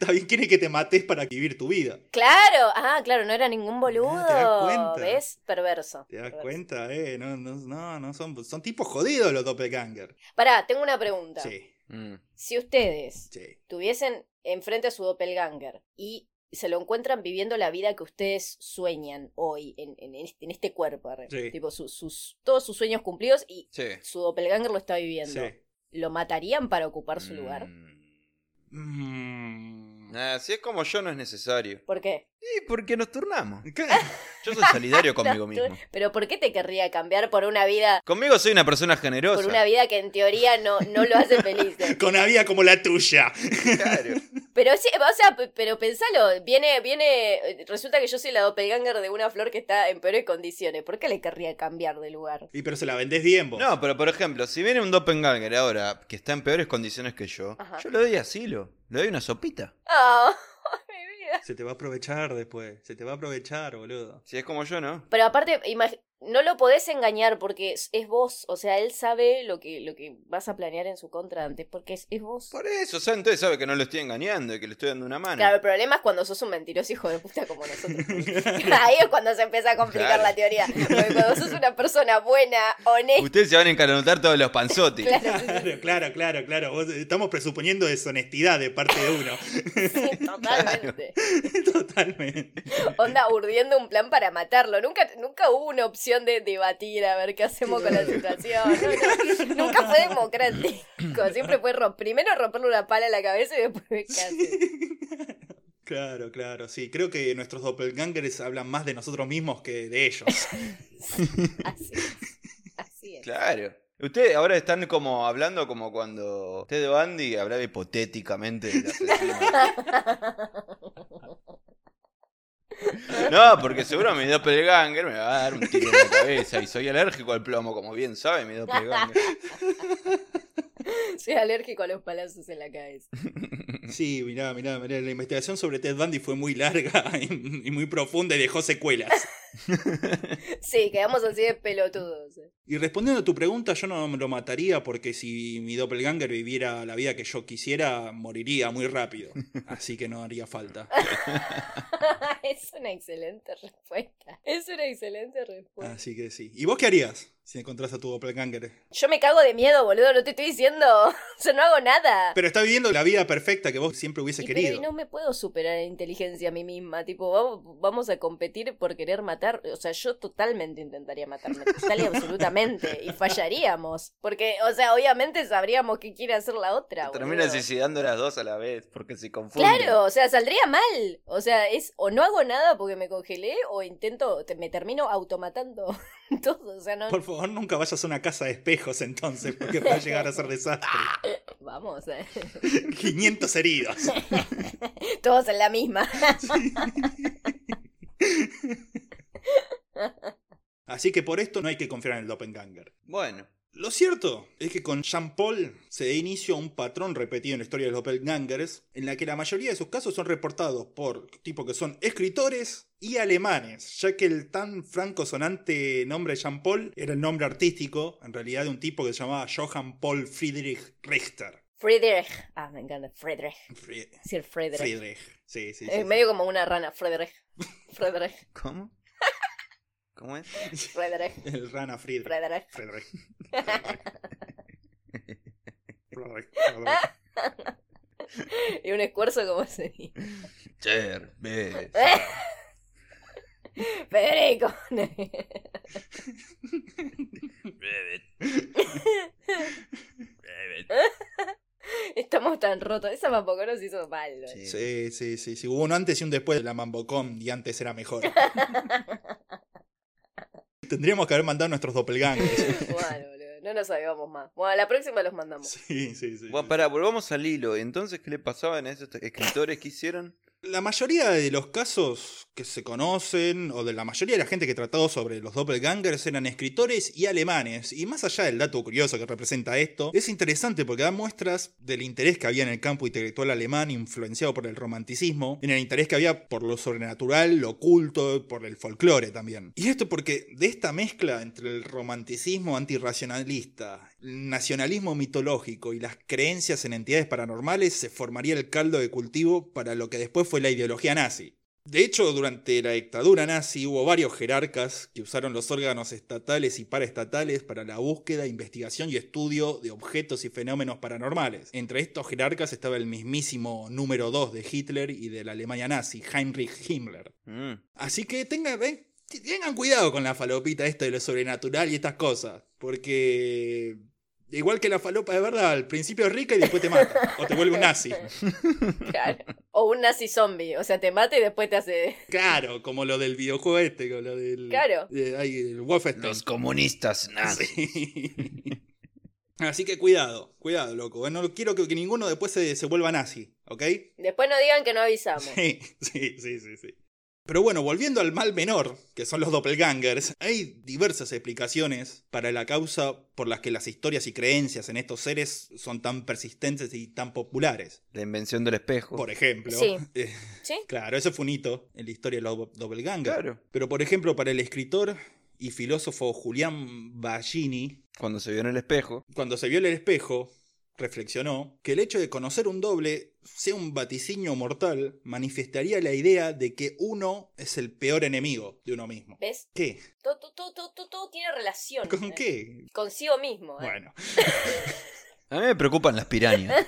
Speaker 2: También quiere que te mates para vivir tu vida.
Speaker 4: Claro, ah, claro, no era ningún
Speaker 2: Ah, ¿te das cuenta?
Speaker 4: boludo. ¿Ves? Perverso.
Speaker 2: ¿Te das
Speaker 4: perverso.
Speaker 2: cuenta? Eh, no, no, no, no son, son tipos jodidos los doppelganger.
Speaker 4: Pará, tengo una pregunta.
Speaker 2: Sí,
Speaker 3: Mm.
Speaker 4: Si ustedes
Speaker 2: sí.
Speaker 4: tuviesen enfrente a su doppelganger y se lo encuentran viviendo la vida que ustedes sueñan hoy en, en este, en este cuerpo, arre.
Speaker 2: Sí.
Speaker 4: tipo sus- sus, todos sus sueños cumplidos y
Speaker 3: Sí.
Speaker 4: su doppelganger lo está
Speaker 2: sí.
Speaker 4: viviendo. ¿Lo matarían para ocupar su lugar?
Speaker 3: Mm.
Speaker 2: Mm.
Speaker 3: Nah, si es como yo, no es necesario.
Speaker 4: ¿Por qué?
Speaker 3: Y porque nos turnamos.
Speaker 2: Claro.
Speaker 3: Yo soy solidario conmigo mismo.
Speaker 4: ¿Pero por qué te querría cambiar por una vida,
Speaker 3: Conmigo soy una persona generosa.
Speaker 4: por una vida que en teoría no, no lo hace feliz?
Speaker 2: Con una vida como la tuya.
Speaker 3: Claro.
Speaker 4: Pero sí, o sea, p- pero pensalo, viene, viene, eh, resulta que yo soy la doppelganger de una flor que está en peores condiciones. ¿Por qué le querría cambiar de lugar?
Speaker 2: Y pero se la vendés bien vos.
Speaker 3: No, pero por ejemplo, si viene un doppelganger ahora que está en peores condiciones que yo,
Speaker 4: Ajá.
Speaker 3: yo le doy asilo, le doy una sopita.
Speaker 4: Ah, mi vida.
Speaker 2: Se te va a aprovechar después. Se te va a aprovechar, boludo.
Speaker 3: Si es como yo, ¿no?
Speaker 4: Pero aparte, imag- no lo podés engañar porque es, es vos. O sea, él sabe lo que, lo que vas a planear en su contra antes porque es, es vos.
Speaker 3: Por eso, o sea, entonces sabe que no lo estoy engañando y que le estoy dando una mano.
Speaker 4: Claro, el problema es cuando sos un mentiroso hijo de puta como nosotros. Ahí es cuando se empieza a complicar
Speaker 3: Claro.
Speaker 4: la teoría. Porque cuando sos una persona buena, honesta.
Speaker 3: Ustedes se van a encalotar todos los panzotis.
Speaker 4: Claro, sí,
Speaker 2: Claro, claro, claro, claro. Vos- Estamos presuponiendo deshonestidad de parte de uno.
Speaker 4: sí, totalmente.
Speaker 2: Totalmente.
Speaker 4: Onda urdiendo un plan para matarlo. Nunca, nunca hubo una opción de debatir a ver qué hacemos con la situación. No, no. Nunca fue democrático. Siempre fue rom- primero romperle una pala en la cabeza y después ver qué hace.
Speaker 2: Claro, claro, sí. Creo que nuestros doppelgangers hablan más de nosotros mismos que de ellos.
Speaker 4: Así es. Así es.
Speaker 3: Claro. Ustedes ahora están como hablando como cuando Ted Bundy hablaba hipotéticamente del asesino. No, porque seguro mi doppelganger me va a dar un tiro en la cabeza y soy alérgico al plomo, como bien sabe mi doppelganger.
Speaker 4: Soy alérgico a los palazos en la cabeza.
Speaker 2: Sí, mirá, mirá, mirá. La investigación sobre Ted Bundy fue muy larga y, y muy profunda y dejó secuelas.
Speaker 4: Sí, quedamos así de pelotudos. eh.
Speaker 2: Y respondiendo a tu pregunta, yo no me lo mataría porque si mi doppelganger viviera la vida que yo quisiera, moriría muy rápido. Así que no haría falta.
Speaker 4: es una excelente respuesta. Es una excelente respuesta.
Speaker 2: Así que sí. ¿Y vos qué harías si encontrás a tu doppelganger?
Speaker 4: Yo me cago de miedo, boludo. No te estoy diciendo. O sea, no hago nada.
Speaker 2: Pero está viviendo la vida perfecta que vos siempre hubiese
Speaker 4: Y pero,
Speaker 2: querido.
Speaker 4: y no me puedo superar en inteligencia a mí misma. Tipo, vamos, vamos a competir por querer matar. O sea, yo totalmente intentaría matarme. Total y absolutamente. Y fallaríamos. Porque, o sea, obviamente sabríamos qué quiere hacer la otra.
Speaker 3: Terminan
Speaker 4: boludo.
Speaker 3: suicidando las dos a la vez porque se confunden.
Speaker 4: Claro, o sea, saldría mal. O sea, es o no hago nada porque me congelé o intento, te- me termino automatando todo. O sea, no.
Speaker 2: Por favor, nunca vayas a una casa de espejos entonces, porque puede llegar a ser desastre.
Speaker 4: Vamos, eh,
Speaker 2: 500 heridos.
Speaker 4: todos en la misma.
Speaker 2: Así que por esto no hay que confiar en el doppelganger.
Speaker 3: Bueno,
Speaker 2: Lo cierto es que con Jean Paul se da inicio a un patrón repetido en la historia de los doppelgangers, en la que la mayoría de sus casos son reportados por tipos que son escritores y alemanes, ya que el tan franco sonante nombre Jean Paul era el nombre artístico, en realidad, de un tipo que se llamaba Johann Paul Friedrich Richter.
Speaker 4: Friedrich. Ah, me encanta. Friedrich.
Speaker 2: Fri-
Speaker 4: Decir Friedrich.
Speaker 2: Friedrich. Sí, sí, sí,
Speaker 4: Es
Speaker 2: sí.
Speaker 4: medio como una rana, Friedrich. Friedrich.
Speaker 3: ¿cómo? ¿Cómo es?
Speaker 4: Friedrich.
Speaker 2: El rana Friedrich.
Speaker 4: Friedrich.
Speaker 2: Friedrich. Friedrich. Friedrich.
Speaker 4: Y un esfuerzo como se dice.
Speaker 3: Cher, ves.
Speaker 4: Federico.
Speaker 3: Bebet. Bebet.
Speaker 4: Estamos tan rotos. Esa tampoco nos hizo mal. boludo.
Speaker 3: Sí.
Speaker 2: Sí, sí, sí, sí. Hubo un antes y un después de la Mambocom y antes era mejor. Tendríamos que haber mandado nuestros doppelgangers.
Speaker 4: Bueno, boludo, no nos avivamos más. Bueno, a la próxima los mandamos.
Speaker 2: Sí, sí, sí.
Speaker 3: Bueno, pará, volvamos al hilo. Entonces, ¿qué le pasaban a esos escritores que hicieron?
Speaker 2: La mayoría de los casos que se conocen, o de la mayoría de la gente que trató sobre los doppelgangers, eran escritores y alemanes. Y más allá del dato curioso que representa esto, es interesante porque da muestras del interés que había en el campo intelectual alemán, influenciado por el romanticismo, en el interés que había por lo sobrenatural, lo oculto, por el folclore también. Y esto porque de esta mezcla entre el romanticismo antirracionalista, el nacionalismo mitológico y las creencias en entidades paranormales se formaría el caldo de cultivo para lo que después fue la ideología nazi. De hecho, durante la dictadura nazi hubo varios jerarcas que usaron los órganos estatales y paraestatales para la búsqueda, investigación y estudio de objetos y fenómenos paranormales. Entre estos jerarcas estaba el mismísimo número 2 de Hitler y de la Alemania nazi, Heinrich Himmler.
Speaker 3: Mm.
Speaker 2: Así que tengan, ven, tengan cuidado con la falopita esto de lo sobrenatural y estas cosas. Porque igual que la falopa de verdad, al principio es rica y después te mata. o te vuelve un nazi.
Speaker 4: Claro. O un nazi zombie. O sea, te mata y después te hace.
Speaker 2: Claro, como lo del videojuego este, como lo del...
Speaker 4: Claro.
Speaker 2: de- ay, el Wolfenstein.
Speaker 3: Los comunistas nazis.
Speaker 2: Sí. Así que cuidado, cuidado, loco. eh, No quiero que, que ninguno después se, se vuelva nazi, ¿ok?
Speaker 4: Después no digan que no avisamos.
Speaker 2: Sí, sí, sí, sí, sí. Pero bueno, volviendo al mal menor, que son los doppelgangers, hay diversas explicaciones para la causa por las que las historias y creencias en estos seres son tan persistentes y tan populares.
Speaker 3: La invención del espejo.
Speaker 2: Por ejemplo,
Speaker 4: Sí.
Speaker 2: eh,
Speaker 4: ¿Sí?
Speaker 2: claro, eso fue un hito en la historia de los do- doppelgangers.
Speaker 3: Claro.
Speaker 2: Pero por ejemplo, para el escritor y filósofo Julián Ballini,
Speaker 3: Cuando se vio en el espejo.
Speaker 2: cuando se vio en el espejo, reflexionó que el hecho de conocer un doble sea un vaticinio mortal manifestaría la idea de que uno es el peor enemigo de uno mismo.
Speaker 4: ¿Ves?
Speaker 2: ¿Qué?
Speaker 4: Todo, todo, todo, todo, todo- todo tiene relación.
Speaker 2: ¿Con
Speaker 4: ¿eh?
Speaker 2: qué?
Speaker 4: Consigo mismo. ¿eh?
Speaker 2: Bueno.
Speaker 3: A mí me preocupan las pirañas.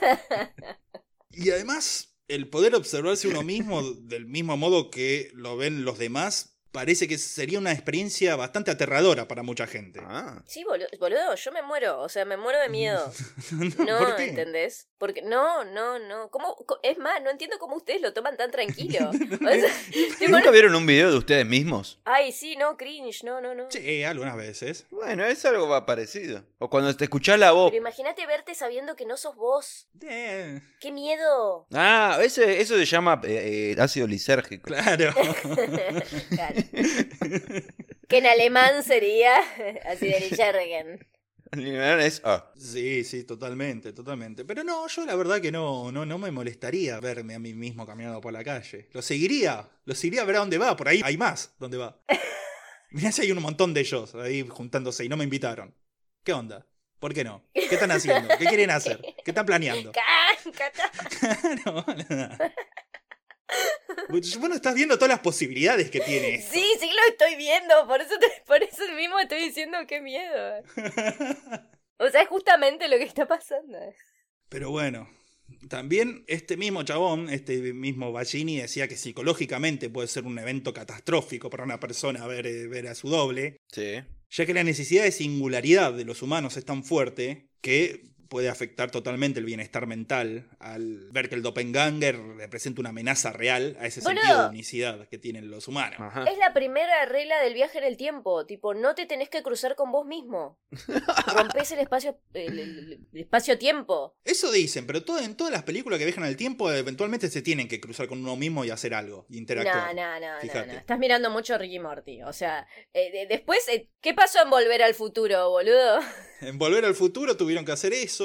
Speaker 2: Y además, el poder observarse uno mismo del mismo modo que lo ven los demás parece que sería una experiencia bastante aterradora para mucha gente.
Speaker 3: Ah.
Speaker 4: Sí, bolu- boludo, yo me muero, o sea, me muero de miedo. No,
Speaker 2: ¿Por qué?
Speaker 4: ¿entendés? Porque no, no, no. ¿Cómo? co- Es más, no entiendo cómo ustedes lo toman tan tranquilo. O sea, tipo,
Speaker 3: ¿Nunca vieron un video de ustedes mismos?
Speaker 4: Ay, sí, no, cringe, no, no, no.
Speaker 2: Sí, algunas veces.
Speaker 3: Bueno, es algo va- parecido. O cuando te escuchás la voz.
Speaker 2: oh.
Speaker 4: Pero imagínate verte sabiendo que no sos vos.
Speaker 2: Eh,
Speaker 4: ¡Qué miedo!
Speaker 3: Ah, ese, eso se llama eh, eh, ácido lisérgico.
Speaker 2: claro.
Speaker 4: Claro. que en alemán sería así de Jergen.
Speaker 3: Es, ah.
Speaker 2: Sí, sí, totalmente, totalmente. Pero no, yo la verdad que no, no, no me molestaría verme a mí mismo caminando por la calle. Lo seguiría, lo seguiría a ver a dónde va, por ahí hay más, dónde va. Mirá si hay un montón de ellos ahí juntándose y no me invitaron. ¿Qué onda? ¿Por qué no? ¿Qué están haciendo? ¿Qué quieren hacer? ¿Qué están planeando? Claro, nada. Bueno, estás viendo todas las posibilidades que tiene esto.
Speaker 4: Sí, sí lo estoy viendo, por eso, te- por eso mismo estoy diciendo qué miedo. O sea, es justamente lo que está pasando.
Speaker 2: Pero bueno, también este mismo chabón, este mismo Ballini, decía que psicológicamente puede ser un evento catastrófico para una persona ver, eh, ver a su doble,
Speaker 3: Sí.
Speaker 2: ya que la necesidad de singularidad de los humanos es tan fuerte que puede afectar totalmente el bienestar mental al ver que el doppelganger representa una amenaza real a ese
Speaker 4: Boludo.
Speaker 2: sentido de unicidad que tienen los humanos.
Speaker 3: Ajá.
Speaker 4: Es la primera regla del viaje en el tiempo, tipo, no te tenés que cruzar con vos mismo. Rompés el espacio el, el- el espacio-tiempo.
Speaker 2: Eso dicen, pero todo, en todas las películas que viajan al tiempo eventualmente se tienen que cruzar con uno mismo y hacer algo, y
Speaker 4: No,
Speaker 2: interactuar.
Speaker 4: no, no, no,
Speaker 2: Fíjate.
Speaker 4: no. Estás mirando mucho Ricky Morty. O sea, eh, de- después, eh, ¿qué pasó en Volver al Futuro, boludo?
Speaker 2: En Volver al Futuro tuvieron que hacer eso.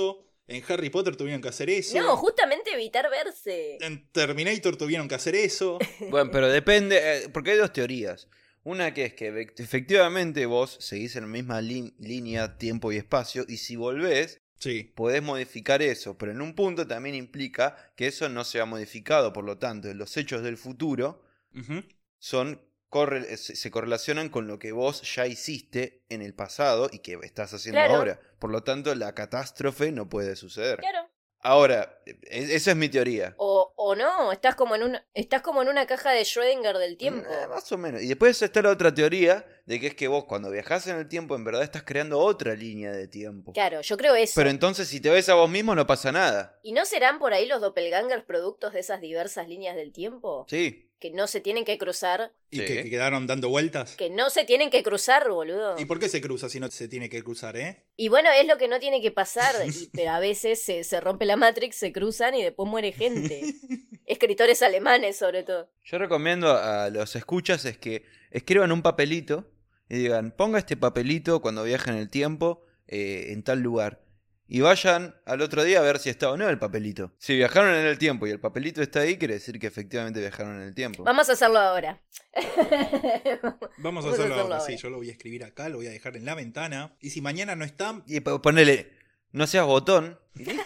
Speaker 2: En Harry Potter tuvieron que hacer eso.
Speaker 4: No, justamente evitar verse.
Speaker 2: En Terminator tuvieron que hacer eso.
Speaker 3: Bueno, pero depende, eh, porque hay dos teorías. Una que es que ve- efectivamente vos seguís en la misma lin- línea, tiempo y espacio, y si volvés,
Speaker 2: Sí.
Speaker 3: podés modificar eso, pero en un punto también implica que eso no se ha modificado, por lo tanto, los hechos del futuro
Speaker 2: Ujú.
Speaker 3: son corre- se se correlacionan con lo que vos ya hiciste en el pasado y que estás haciendo
Speaker 4: Claro.
Speaker 3: ahora. Por lo tanto, la catástrofe no puede suceder.
Speaker 4: Claro.
Speaker 3: Ahora, e- esa es mi teoría.
Speaker 4: O, o no, estás como en un, estás como en una caja de Schrödinger del tiempo.
Speaker 3: Eh, más o menos. Y después está la otra teoría de que es que vos cuando viajás en el tiempo en verdad estás creando otra línea de tiempo.
Speaker 4: Claro, yo creo eso.
Speaker 3: Pero entonces si te ves a vos mismo no pasa nada.
Speaker 4: ¿Y no serán por ahí los doppelgangers productos de esas diversas líneas del tiempo?
Speaker 3: Sí.
Speaker 4: Que no se tienen que cruzar.
Speaker 2: Y
Speaker 3: Sí.
Speaker 2: que, que quedaron dando vueltas.
Speaker 4: Que no se tienen que cruzar, boludo.
Speaker 2: ¿Y por qué se cruza si no se tiene que cruzar, eh?
Speaker 4: Y bueno, es lo que no tiene que pasar. y- pero a veces se, se rompe la Matrix, se cruzan y después muere gente. Escritores alemanes, sobre todo.
Speaker 3: Yo recomiendo a a los escuchas es que escriban un papelito y digan, ponga este papelito cuando viajen en el tiempo eh, en tal lugar. Y vayan al otro día a ver si está o no el papelito. Si viajaron en el tiempo y el papelito está ahí, quiere decir que efectivamente viajaron en el tiempo.
Speaker 4: Vamos a hacerlo ahora.
Speaker 2: Vamos a hacerlo ahora. Sí, yo lo voy a escribir acá, lo voy a dejar en la ventana. Y si mañana no están,
Speaker 3: Y po- ponele, no seas botón. y listo.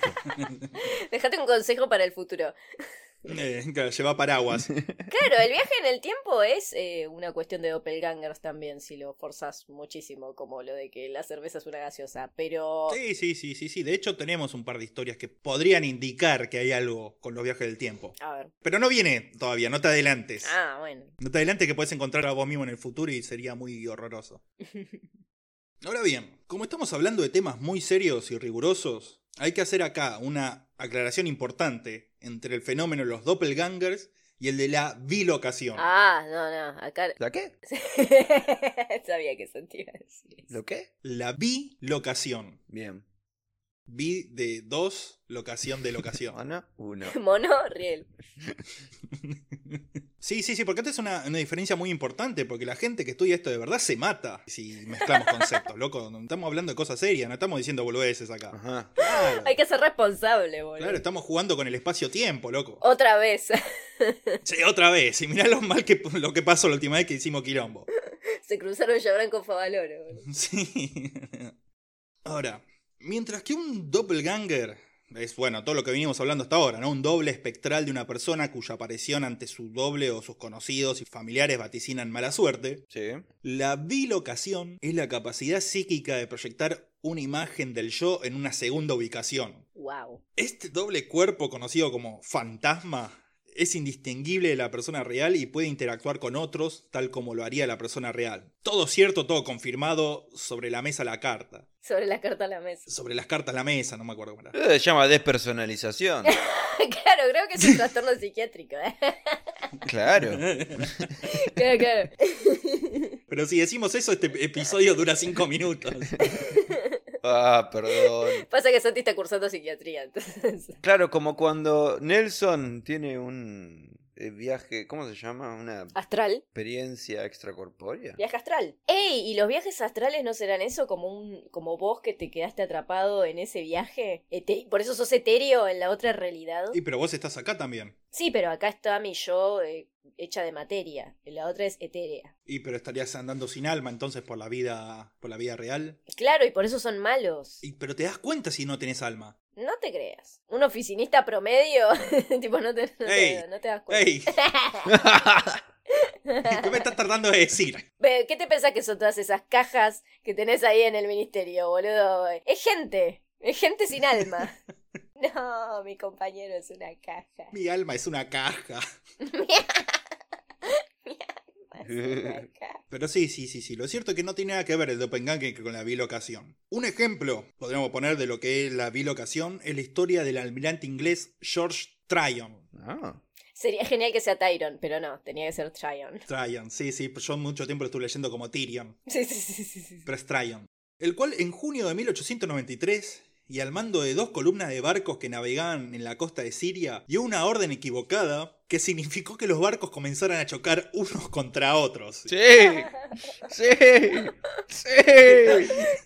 Speaker 4: Déjate un consejo para el futuro.
Speaker 2: eh, claro, lleva paraguas.
Speaker 4: Claro, el viaje en el tiempo es eh, una cuestión de doppelgangers también, si lo forzas muchísimo, como lo de que la cerveza es una gaseosa. Pero.
Speaker 2: Sí, sí, sí, sí, sí. De hecho, tenemos un par de historias que podrían indicar que hay algo con los viajes del tiempo.
Speaker 4: A ver.
Speaker 2: Pero no viene todavía, no te adelantes.
Speaker 4: Ah, bueno.
Speaker 2: No te adelantes que puedes encontrar a vos mismo en el futuro y sería muy horroroso. Ahora bien, como estamos hablando de temas muy serios y rigurosos, hay que hacer acá una aclaración importante entre el fenómeno de los doppelgangers y el de la bilocación.
Speaker 4: Ah, no, no. Acá.
Speaker 3: ¿La qué?
Speaker 4: Sabía que se te iba a decir. eso.
Speaker 3: ¿Lo qué?
Speaker 2: La bilocación.
Speaker 3: Bien.
Speaker 2: Bi de dos, locación de locación.
Speaker 3: Ana, uno.
Speaker 4: Mono, riel.
Speaker 2: sí, sí, sí, porque esta es una, una diferencia muy importante, porque la gente que estudia esto de verdad se mata si mezclamos conceptos, loco. Estamos hablando de cosas serias, no estamos diciendo boludeces acá.
Speaker 3: Ajá.
Speaker 2: Claro.
Speaker 4: Hay que ser responsable, boludo.
Speaker 2: Claro, estamos jugando con el espacio-tiempo, loco.
Speaker 4: Otra vez.
Speaker 2: Sí, otra vez. Y mirá lo mal que lo que pasó la última vez que hicimos quilombo.
Speaker 4: Se cruzaron Yabran con Favaloro. boludo.
Speaker 2: Sí. Ahora, mientras que un doppelganger es, bueno, todo lo que vinimos hablando hasta ahora, ¿no? Un doble espectral de una persona cuya aparición ante su doble o sus conocidos y familiares vaticinan mala suerte.
Speaker 3: Sí.
Speaker 2: La bilocación es la capacidad psíquica de proyectar una imagen del yo en una segunda ubicación.
Speaker 4: Wow.
Speaker 2: Este doble cuerpo conocido como fantasma es indistinguible de la persona real y puede interactuar con otros tal como lo haría la persona real. Todo cierto, todo confirmado sobre la mesa la carta.
Speaker 4: Sobre la carta a la mesa.
Speaker 2: Sobre las cartas la mesa, no me acuerdo cómo era.
Speaker 3: Eso se llama despersonalización.
Speaker 4: claro, creo que es un trastorno psiquiátrico. ¿eh?
Speaker 3: Claro.
Speaker 4: Claro, claro.
Speaker 2: Pero si decimos eso, este episodio dura cinco minutos.
Speaker 3: Ah, perdón.
Speaker 4: Pasa que Santi está cursando psiquiatría, entonces.
Speaker 3: Claro, como cuando Nelson tiene un eh, viaje, ¿cómo se llama? Una
Speaker 4: Astral.
Speaker 3: experiencia extracorpórea.
Speaker 4: Viaje astral. ¡Ey! ¿Y los viajes astrales no serán eso como un como vos que te quedaste atrapado en ese viaje? Ete- ¿Por eso sos etéreo en la otra realidad?
Speaker 2: Y pero vos estás acá también.
Speaker 4: Sí, pero acá está mi yo eh, hecha de materia. En la otra es etérea.
Speaker 2: Y pero estarías andando sin alma entonces por la vida, por la vida real.
Speaker 4: Claro, y por eso son malos.
Speaker 2: Y, pero te das cuenta si no tenés alma.
Speaker 4: No te creas. Un oficinista promedio, tipo, no te, no te-
Speaker 2: Ey,
Speaker 4: no te das cuenta.
Speaker 2: ¡Ey! ¿Qué me estás tardando de decir?
Speaker 4: Ve, ¿Qué te pensás que son todas esas cajas que tenés ahí en el ministerio, boludo? Es gente. Es gente sin alma. No, mi compañero es una caja.
Speaker 2: Mi alma es una caja.
Speaker 4: Es una caja.
Speaker 2: Pero sí, sí, sí, sí. Lo cierto es que no tiene nada que ver el doppelganger con la bilocación. Un ejemplo, podríamos poner de lo que es la bilocación, es la historia del almirante inglés George Tryon.
Speaker 3: Ah.
Speaker 4: Sería genial que sea Tyron, pero no, tenía que ser Tryon.
Speaker 2: Tryon, sí, sí, pues yo mucho tiempo lo estuve leyendo como Tyrion,
Speaker 4: Sí, sí, sí, sí, sí.
Speaker 2: pero es Tryon. El cual en junio de 1893, y al mando de dos columnas de barcos que navegaban en la costa de Siria, dio una orden equivocada que significó que los barcos comenzaran a chocar unos contra otros.
Speaker 3: Sí. Sí. Sí.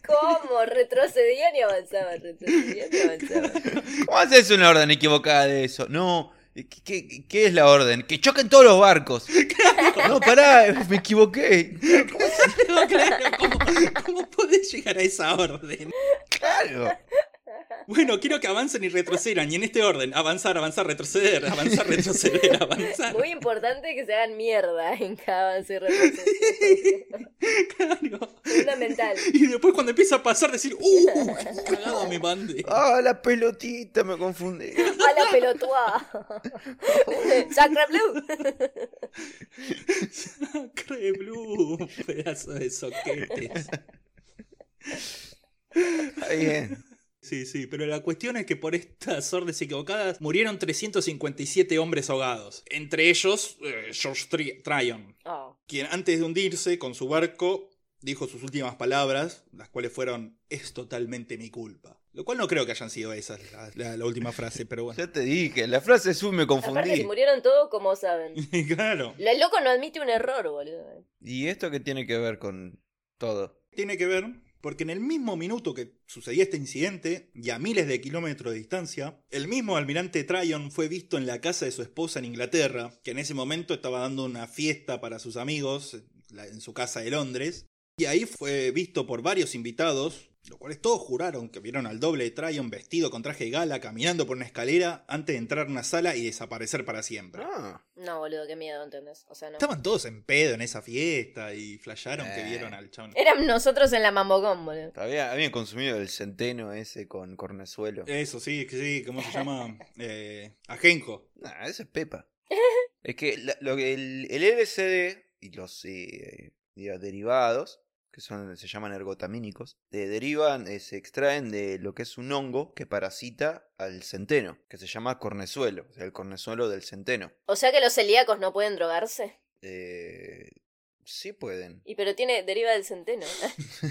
Speaker 4: ¿Cómo? Retrocedían y avanzaban, retrocedían y avanzaban.
Speaker 3: ¿Cómo haces una orden equivocada de eso? No. ¿Qué, qué, qué es la orden? Que choquen todos los barcos. No, pará, me equivoqué.
Speaker 2: No, claro, ¿cómo, ¿Cómo podés llegar a esa orden?
Speaker 3: Claro.
Speaker 2: Bueno, quiero que avancen y retrocedan, y en este orden, avanzar, avanzar, retroceder, avanzar, retroceder, avanzar.
Speaker 4: Muy importante que se hagan mierda en cada avance y retroceso.
Speaker 2: Claro.
Speaker 4: Fundamental.
Speaker 2: Y después cuando empieza a pasar, decir, ¡uh! ¡Qué cagada me mandé!
Speaker 3: Ah, la pelotita, me confundí.
Speaker 4: A la pelotua. Sacra Blue.
Speaker 2: Sacre blue, pedazo de soquetes.
Speaker 3: Está bien.
Speaker 2: Sí, sí, pero la cuestión es que por estas órdenes equivocadas murieron 357 hombres ahogados. Entre ellos, eh, George Tri- Tryon.
Speaker 4: Oh,
Speaker 2: quien antes de hundirse con su barco dijo sus últimas palabras, las cuales fueron es totalmente mi culpa. Lo cual no creo que hayan sido esas la, la- la última frase, pero bueno.
Speaker 3: Ya te dije, la frase es un me
Speaker 4: Aparte se
Speaker 3: confundí.
Speaker 4: murieron todos como saben.
Speaker 2: claro.
Speaker 4: El loco no admite un error, boludo.
Speaker 3: ¿Y esto qué tiene que ver con todo?
Speaker 2: Tiene que ver porque en el mismo minuto que sucedía este incidente, y a miles de kilómetros de distancia, el mismo almirante Tryon fue visto en la casa de su esposa en Inglaterra, que en ese momento estaba dando una fiesta para sus amigos la- en su casa de Londres, y ahí fue visto por varios invitados, los cuales todos juraron que vieron al doble de Tryon vestido con traje de gala caminando por una escalera antes de entrar a una sala y desaparecer para siempre.
Speaker 3: Ah,
Speaker 4: No, boludo, qué miedo, ¿entendés? O sea, no.
Speaker 2: Estaban todos en pedo en esa fiesta y flasharon que
Speaker 3: Eh.
Speaker 2: vieron al chabón.
Speaker 4: Eran nosotros en la Mambogón, boludo.
Speaker 3: había, habían consumido el centeno ese con cornezuelo.
Speaker 2: Eso, sí, que sí, ¿cómo se llama? Eh, ajenjo.
Speaker 3: Nah, eso es Pepa. es que la- lo que el, el LSD y los eh, digo, derivados, que son se llaman ergotamínicos, eh, derivan, eh, se extraen de lo que es un hongo que parasita al centeno, que se llama cornezuelo, o sea, el cornezuelo del centeno.
Speaker 4: O sea que los celíacos no pueden drogarse.
Speaker 3: Eh, sí pueden.
Speaker 4: Y pero tiene deriva del centeno.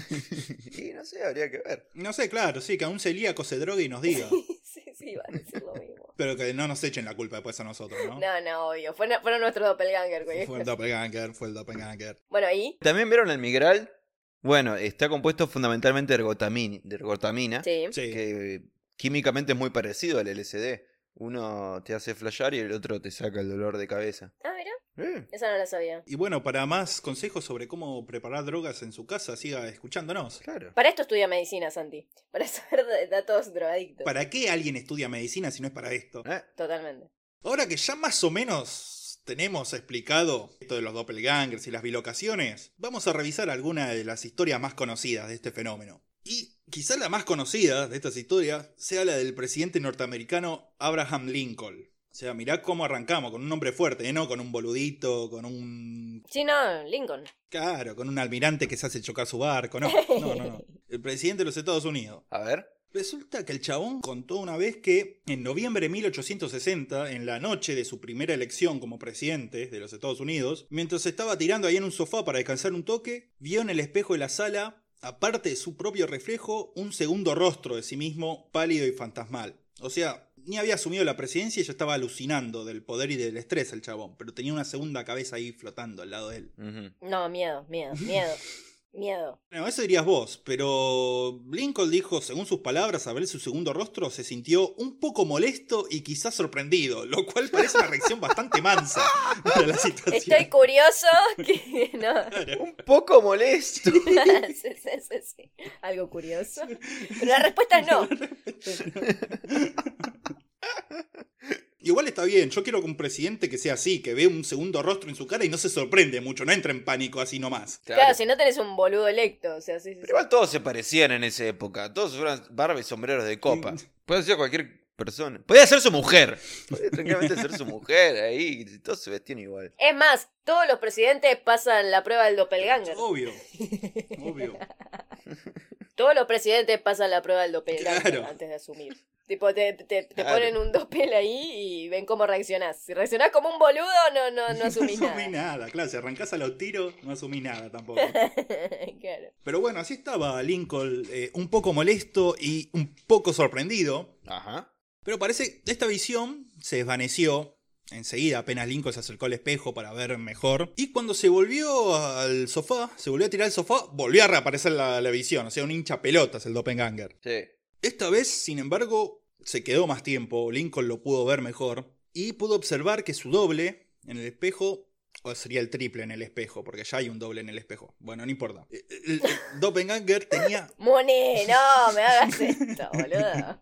Speaker 3: y no sé, habría que ver.
Speaker 2: No sé, claro, sí, que a un celíaco se drogue y nos diga.
Speaker 4: sí, sí, va a decir lo mismo.
Speaker 2: Pero que no nos echen la culpa después a nosotros, ¿no?
Speaker 4: No, no, obvio. Fueron, fueron nuestros doppelganger, güey.
Speaker 2: Fue el doppelganger, fue el doppelganger.
Speaker 4: Bueno, ¿y?
Speaker 3: ¿También vieron el migral? Bueno, está compuesto fundamentalmente de ergotamina, de ergotamina
Speaker 4: Sí.
Speaker 2: Sí.
Speaker 3: que químicamente es muy parecido al LSD. Uno te hace flashear y el otro te saca el dolor de cabeza.
Speaker 4: Ah, mira,
Speaker 3: Eh,
Speaker 4: esa no la sabía.
Speaker 2: Y bueno, para más consejos sobre cómo preparar drogas en su casa, siga escuchándonos.
Speaker 3: claro.
Speaker 4: Para esto estudia medicina, Santi. Para saber de- datos drogadictos.
Speaker 2: ¿Para qué alguien estudia medicina si no es para esto?
Speaker 3: Eh,
Speaker 4: Totalmente.
Speaker 2: Ahora que ya más o menos tenemos explicado esto de los doppelgangers y las bilocaciones, vamos a revisar alguna de las historias más conocidas de este fenómeno. Y quizá la más conocida de estas historias sea la del presidente norteamericano Abraham Lincoln. O sea, mirá cómo arrancamos, con un hombre fuerte, ¿eh? ¿no? Con un boludito, con un...
Speaker 4: Sí, no, Lincoln.
Speaker 2: Claro, con un almirante que se hace chocar su barco, no, no, no. no. El presidente de los Estados Unidos.
Speaker 3: a ver.
Speaker 2: Resulta que el chabón contó una vez que en noviembre de 1860, en la noche de su primera elección como presidente de los Estados Unidos, mientras estaba tirando ahí en un sofá para descansar un toque, vio en el espejo de la sala, aparte de su propio reflejo, un segundo rostro de sí mismo, pálido y fantasmal. O sea, ni había asumido la presidencia y ya estaba alucinando del poder y del estrés el chabón, pero tenía una segunda cabeza ahí flotando al lado de él.
Speaker 3: Ujú.
Speaker 4: No, miedo, miedo, miedo. miedo.
Speaker 2: Bueno, eso dirías vos, pero Lincoln dijo, según sus palabras, al ver su segundo rostro, se sintió un poco molesto y quizás sorprendido, lo cual parece una reacción bastante mansa para la situación.
Speaker 4: Estoy curioso que no.
Speaker 3: Un poco molesto.
Speaker 4: Sí, sí, sí, sí. Algo curioso. Pero la respuesta es no.
Speaker 2: Igual está bien, yo quiero que un presidente que sea así, que ve un segundo rostro en su cara y no se sorprende mucho, no entra en pánico así nomás.
Speaker 4: Claro, si no tenés un boludo electo, o sea, sí, sí,
Speaker 3: Pero igual todos se parecían en esa época. Todos eran barba y sombreros de copa. Podía ser cualquier persona. Podía ser su mujer. Podía tranquilamente ser su mujer ahí. y Todos se vestían igual.
Speaker 4: Es más, todos los presidentes pasan la prueba del doppelganger.
Speaker 2: Obvio, obvio.
Speaker 4: Todos los presidentes pasan la prueba del doppelganger
Speaker 2: Claro.
Speaker 4: antes de asumir. Tipo, te, te- te
Speaker 3: Claro.
Speaker 4: ponen un doppel ahí y ven cómo reaccionás. Si reaccionás como un boludo, no, no, no asumís
Speaker 2: no
Speaker 4: nada.
Speaker 2: asumí nada, claro, si arrancás a los tiros, no asumí nada tampoco.
Speaker 4: Claro.
Speaker 2: Pero bueno, así estaba Lincoln, eh, un poco molesto y un poco sorprendido.
Speaker 3: Ajá.
Speaker 2: Pero parece esta visión se desvaneció enseguida, apenas Lincoln se acercó al espejo para ver mejor. Y cuando se volvió al sofá, se volvió a tirar al sofá, volvió a reaparecer la, la visión. O sea, un hincha pelotas el doppelganger.
Speaker 3: Sí.
Speaker 2: Esta vez, sin embargo, se quedó más tiempo. Lincoln lo pudo ver mejor. Y pudo observar que su doble en el espejo. O sería el triple en el espejo, porque ya hay un doble en el espejo. Bueno, no importa. El- el- el doppelganger tenía
Speaker 4: Moni, no me hagas esto, boludo.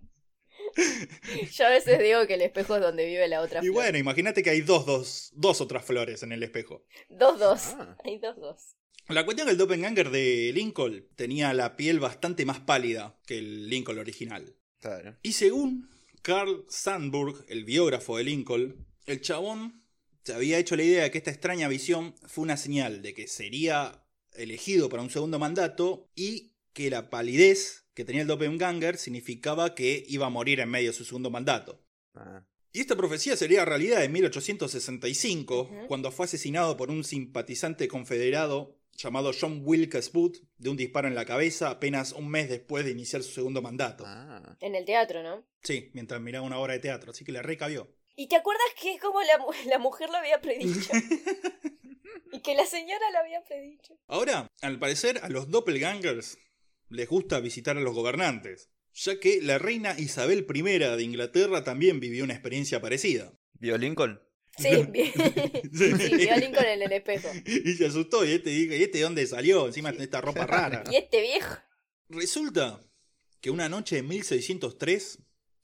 Speaker 4: Yo a veces digo que el espejo es donde vive la otra
Speaker 2: Y
Speaker 4: flor.
Speaker 2: bueno, imagínate que hay dos, dos, dos otras flores en el espejo.
Speaker 4: Dos, dos.
Speaker 3: Ah.
Speaker 4: Hay dos, dos.
Speaker 2: La cuestión es que el doppelganger de Lincoln tenía la piel bastante más pálida que el Lincoln original.
Speaker 3: Claro.
Speaker 2: Y según Carl Sandburg, el biógrafo de Lincoln, el chabón se había hecho la idea de que esta extraña visión fue una señal de que sería elegido para un segundo mandato y que la palidez que tenía el doppelganger significaba que iba a morir en medio de su segundo mandato.
Speaker 3: Ah.
Speaker 2: Y esta profecía sería realidad en 1865,
Speaker 4: Ujú.
Speaker 2: cuando fue asesinado por un simpatizante confederado llamado John Wilkes Booth de un disparo en la cabeza apenas un mes después de iniciar su segundo mandato.
Speaker 3: Ah.
Speaker 4: En el teatro, ¿no?
Speaker 2: Sí, mientras miraba una obra de teatro, así que le recabió.
Speaker 4: ¿Y te acuerdas que es como la, mu- la mujer lo había predicho? y que la señora lo había predicho.
Speaker 2: Ahora, al parecer, a los doppelgangers les gusta visitar a los gobernantes, ya que la reina Isabel I de Inglaterra también vivió una experiencia parecida.
Speaker 3: ¿Vio Lincoln?
Speaker 4: Sí, bien. Sí, vio a Lincoln en el espejo.
Speaker 2: y se asustó, y este dijo, ¿y este de dónde salió? Encima tiene esta ropa rara.
Speaker 4: ¿Y este viejo?
Speaker 2: Resulta que una noche de 1603,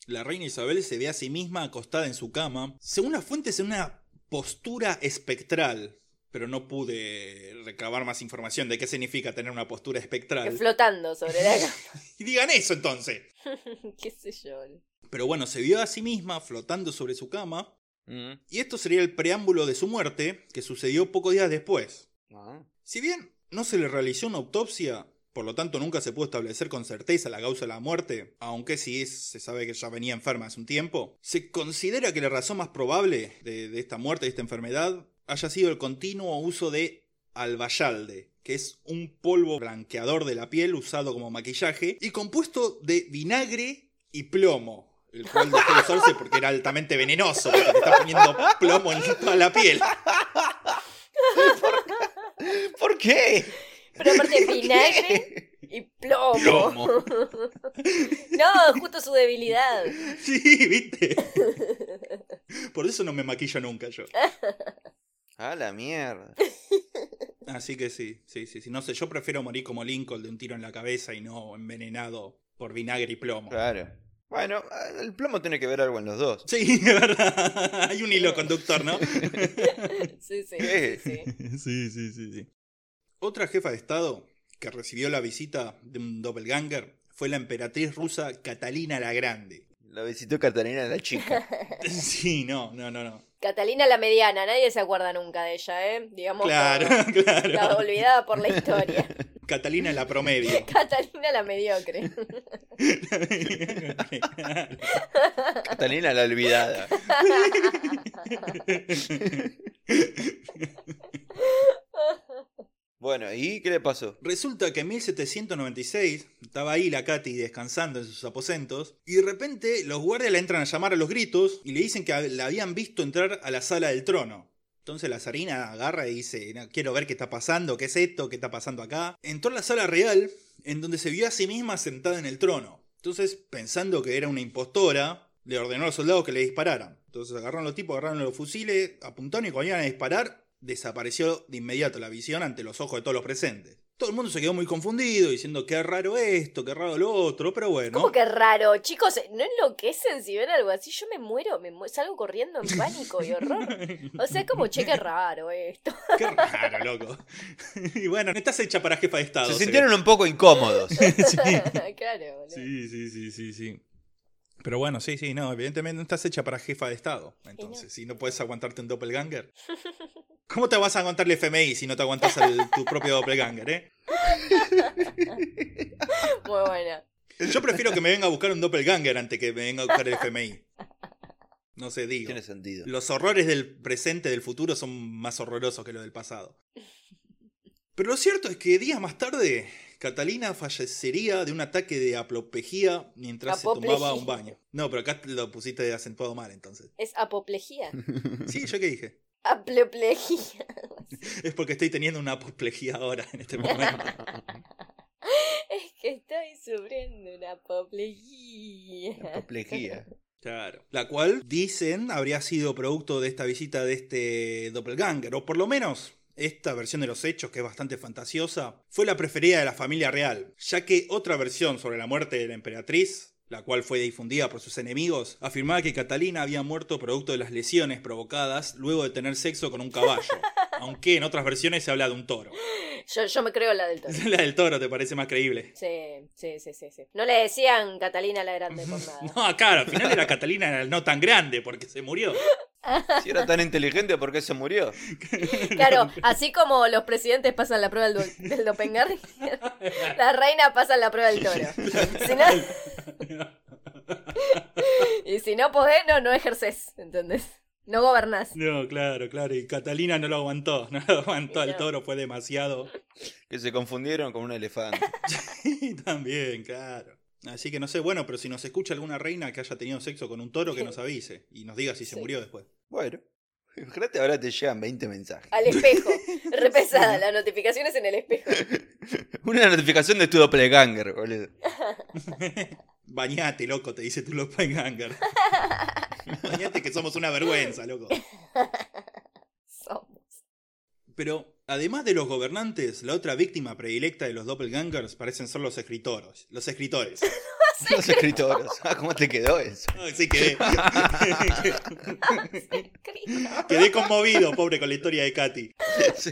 Speaker 2: la reina Isabel se ve a sí misma acostada en su cama, según las fuentes en una postura espectral, pero no pude recabar más información de qué significa tener una postura
Speaker 4: que
Speaker 2: espectral.
Speaker 4: Flotando sobre la
Speaker 2: Y digan eso entonces.
Speaker 4: ¿Qué sé yo? boludo.
Speaker 2: Pero bueno, se vio a sí misma flotando sobre su cama,
Speaker 3: Mm.
Speaker 2: y esto sería el preámbulo de su muerte, que sucedió pocos días después.
Speaker 3: Ah.
Speaker 2: Si bien no se le realizó una autopsia, por lo tanto nunca se pudo establecer con certeza la causa de la muerte, aunque sí es- se sabe que ya venía enferma hace un tiempo, se considera que la razón más probable de, de esta muerte, de esta enfermedad, haya sido el continuo uso de albayalde, que es un polvo blanqueador de la piel usado como maquillaje y compuesto de vinagre y plomo. El cual dejó de usarse porque era altamente venenoso, porque te está poniendo plomo en toda la piel.
Speaker 3: ¿Por qué?
Speaker 4: Pero aparte, vinagre y plomo.
Speaker 3: Plomo.
Speaker 4: No, justo su debilidad.
Speaker 2: Sí, viste. Por eso no me maquillo nunca yo.
Speaker 3: A la mierda.
Speaker 2: Así que sí, sí, sí, sí. No sé, yo prefiero morir como Lincoln de un tiro en la cabeza y no envenenado por vinagre y plomo.
Speaker 3: Claro. Bueno, ah, el plomo tiene que ver algo en los dos.
Speaker 2: Sí, de verdad. Hay un hilo conductor, ¿no?
Speaker 4: Sí, sí, sí, sí.
Speaker 2: Sí, sí, sí, sí. Otra jefa de Estado que recibió la visita de un doppelganger fue la emperatriz rusa Catalina la Grande.
Speaker 3: La visitó Catalina la chica.
Speaker 2: Sí, no, no, no, no.
Speaker 4: Catalina la mediana, nadie se acuerda nunca de ella, ¿eh? Digamos
Speaker 2: Claro,
Speaker 4: que la
Speaker 2: claro.
Speaker 4: olvidada por la historia.
Speaker 2: Catalina la promedio.
Speaker 4: Catalina la mediocre.
Speaker 3: Catalina la olvidada. Bueno, ¿y qué le pasó?
Speaker 2: Resulta que en 1796 estaba ahí la Katy descansando en sus aposentos y de repente los guardias la entran a llamar a los gritos y le dicen que la habían visto entrar a la sala del trono. Entonces la zarina agarra y dice, "No, quiero ver qué está pasando, qué es esto, qué está pasando acá. Entró a la sala real en donde se vio a sí misma sentada en el trono. Entonces, pensando que era una impostora, le ordenó a los soldados que le dispararan. Entonces agarraron los tipos, agarraron los fusiles, apuntaron y cuando iban a disparar, desapareció de inmediato la visión ante los ojos de todos los presentes. Todo el mundo se quedó muy confundido, diciendo qué raro esto, qué raro lo otro, pero bueno.
Speaker 4: ¿Cómo que raro? Chicos, ¿no enloquecen si ven algo así? Yo me muero, me mu- salgo corriendo en pánico y horror. O sea, es como, che, qué raro esto.
Speaker 2: Qué raro, loco. y bueno, no estás hecha para jefa de Estado.
Speaker 3: Se
Speaker 2: se ve.
Speaker 3: sintieron un poco incómodos.
Speaker 4: claro, boludo.
Speaker 2: Sí, sí, sí, sí, sí. Pero bueno, sí, sí, no, evidentemente no estás hecha para jefa de Estado. Entonces, si no puedes aguantarte un doppelganger. ¿Cómo te vas a aguantar el FMI si no te aguantas al- tu propio doppelganger, eh?
Speaker 4: Muy buena.
Speaker 2: Yo prefiero que me venga a buscar un doppelganger antes que me venga a buscar el FMI. No sé, digo.
Speaker 3: Tiene sentido.
Speaker 2: Los horrores del presente, del futuro, son más horrorosos que los del pasado. Pero lo cierto es que días más tarde, Catalina fallecería de un ataque de aplopejía mientras se tomaba
Speaker 4: Apoplejía.
Speaker 2: un baño. No, pero acá lo pusiste acentuado mal entonces.
Speaker 4: Es apoplejía.
Speaker 2: Sí, ¿yo qué dije?
Speaker 4: Apoplejía.
Speaker 2: Es porque estoy teniendo una apoplejía ahora, en este momento.
Speaker 4: Es que estoy sufriendo una apoplejía.
Speaker 3: Complejía.
Speaker 2: Claro. La cual, dicen, habría sido producto de esta visita de este doppelganger, o por lo menos esta versión de los hechos, que es bastante fantasiosa, fue la preferida de la familia real, ya que otra versión sobre la muerte de la emperatriz, la cual fue difundida por sus enemigos, afirmaba que Catalina había muerto producto de las lesiones provocadas luego de tener sexo con un caballo, aunque en otras versiones se habla de un toro.
Speaker 4: Yo, yo me creo la del toro.
Speaker 2: La del toro te parece más creíble.
Speaker 4: Sí, sí, sí, sí, sí. No le decían Catalina la Grande por nada.
Speaker 2: No, claro, al final era Catalina era no tan grande porque se murió.
Speaker 3: Si era tan inteligente, ¿por qué se murió?
Speaker 4: Claro, así como los presidentes pasan la prueba del, do- del doppelganger, la reina pasa la prueba del toro. Si no- y si no podés, no, no ejerces, ¿entendés? No gobernás.
Speaker 2: No, claro, claro. Y Catalina no lo aguantó, no lo aguantó
Speaker 4: Y
Speaker 2: al
Speaker 4: no.
Speaker 2: toro, fue demasiado.
Speaker 3: Que se confundieron con un elefante.
Speaker 2: Y También, claro. Así que no sé, bueno, pero si nos escucha alguna reina que haya tenido sexo con un toro, que nos avise y nos diga si se
Speaker 4: Sí.
Speaker 2: murió después.
Speaker 3: Bueno, imagínate ahora te llegan 20 mensajes.
Speaker 4: Al espejo. Repesada, las notificaciones en el espejo.
Speaker 3: Una notificación de tu doppelganger, boludo.
Speaker 2: Bañate, loco, te dice tu Ganger. Bañate que somos una vergüenza, loco.
Speaker 4: Somos.
Speaker 2: Pero además de los gobernantes, la otra víctima predilecta de los doppelgangers parecen ser los escritores. Los escritores.
Speaker 3: Los escritores. Ah, ¿cómo te quedó eso?
Speaker 2: Así que
Speaker 4: Cristo.
Speaker 2: Quedé conmovido, pobre, con la historia de Katy.
Speaker 3: Sí.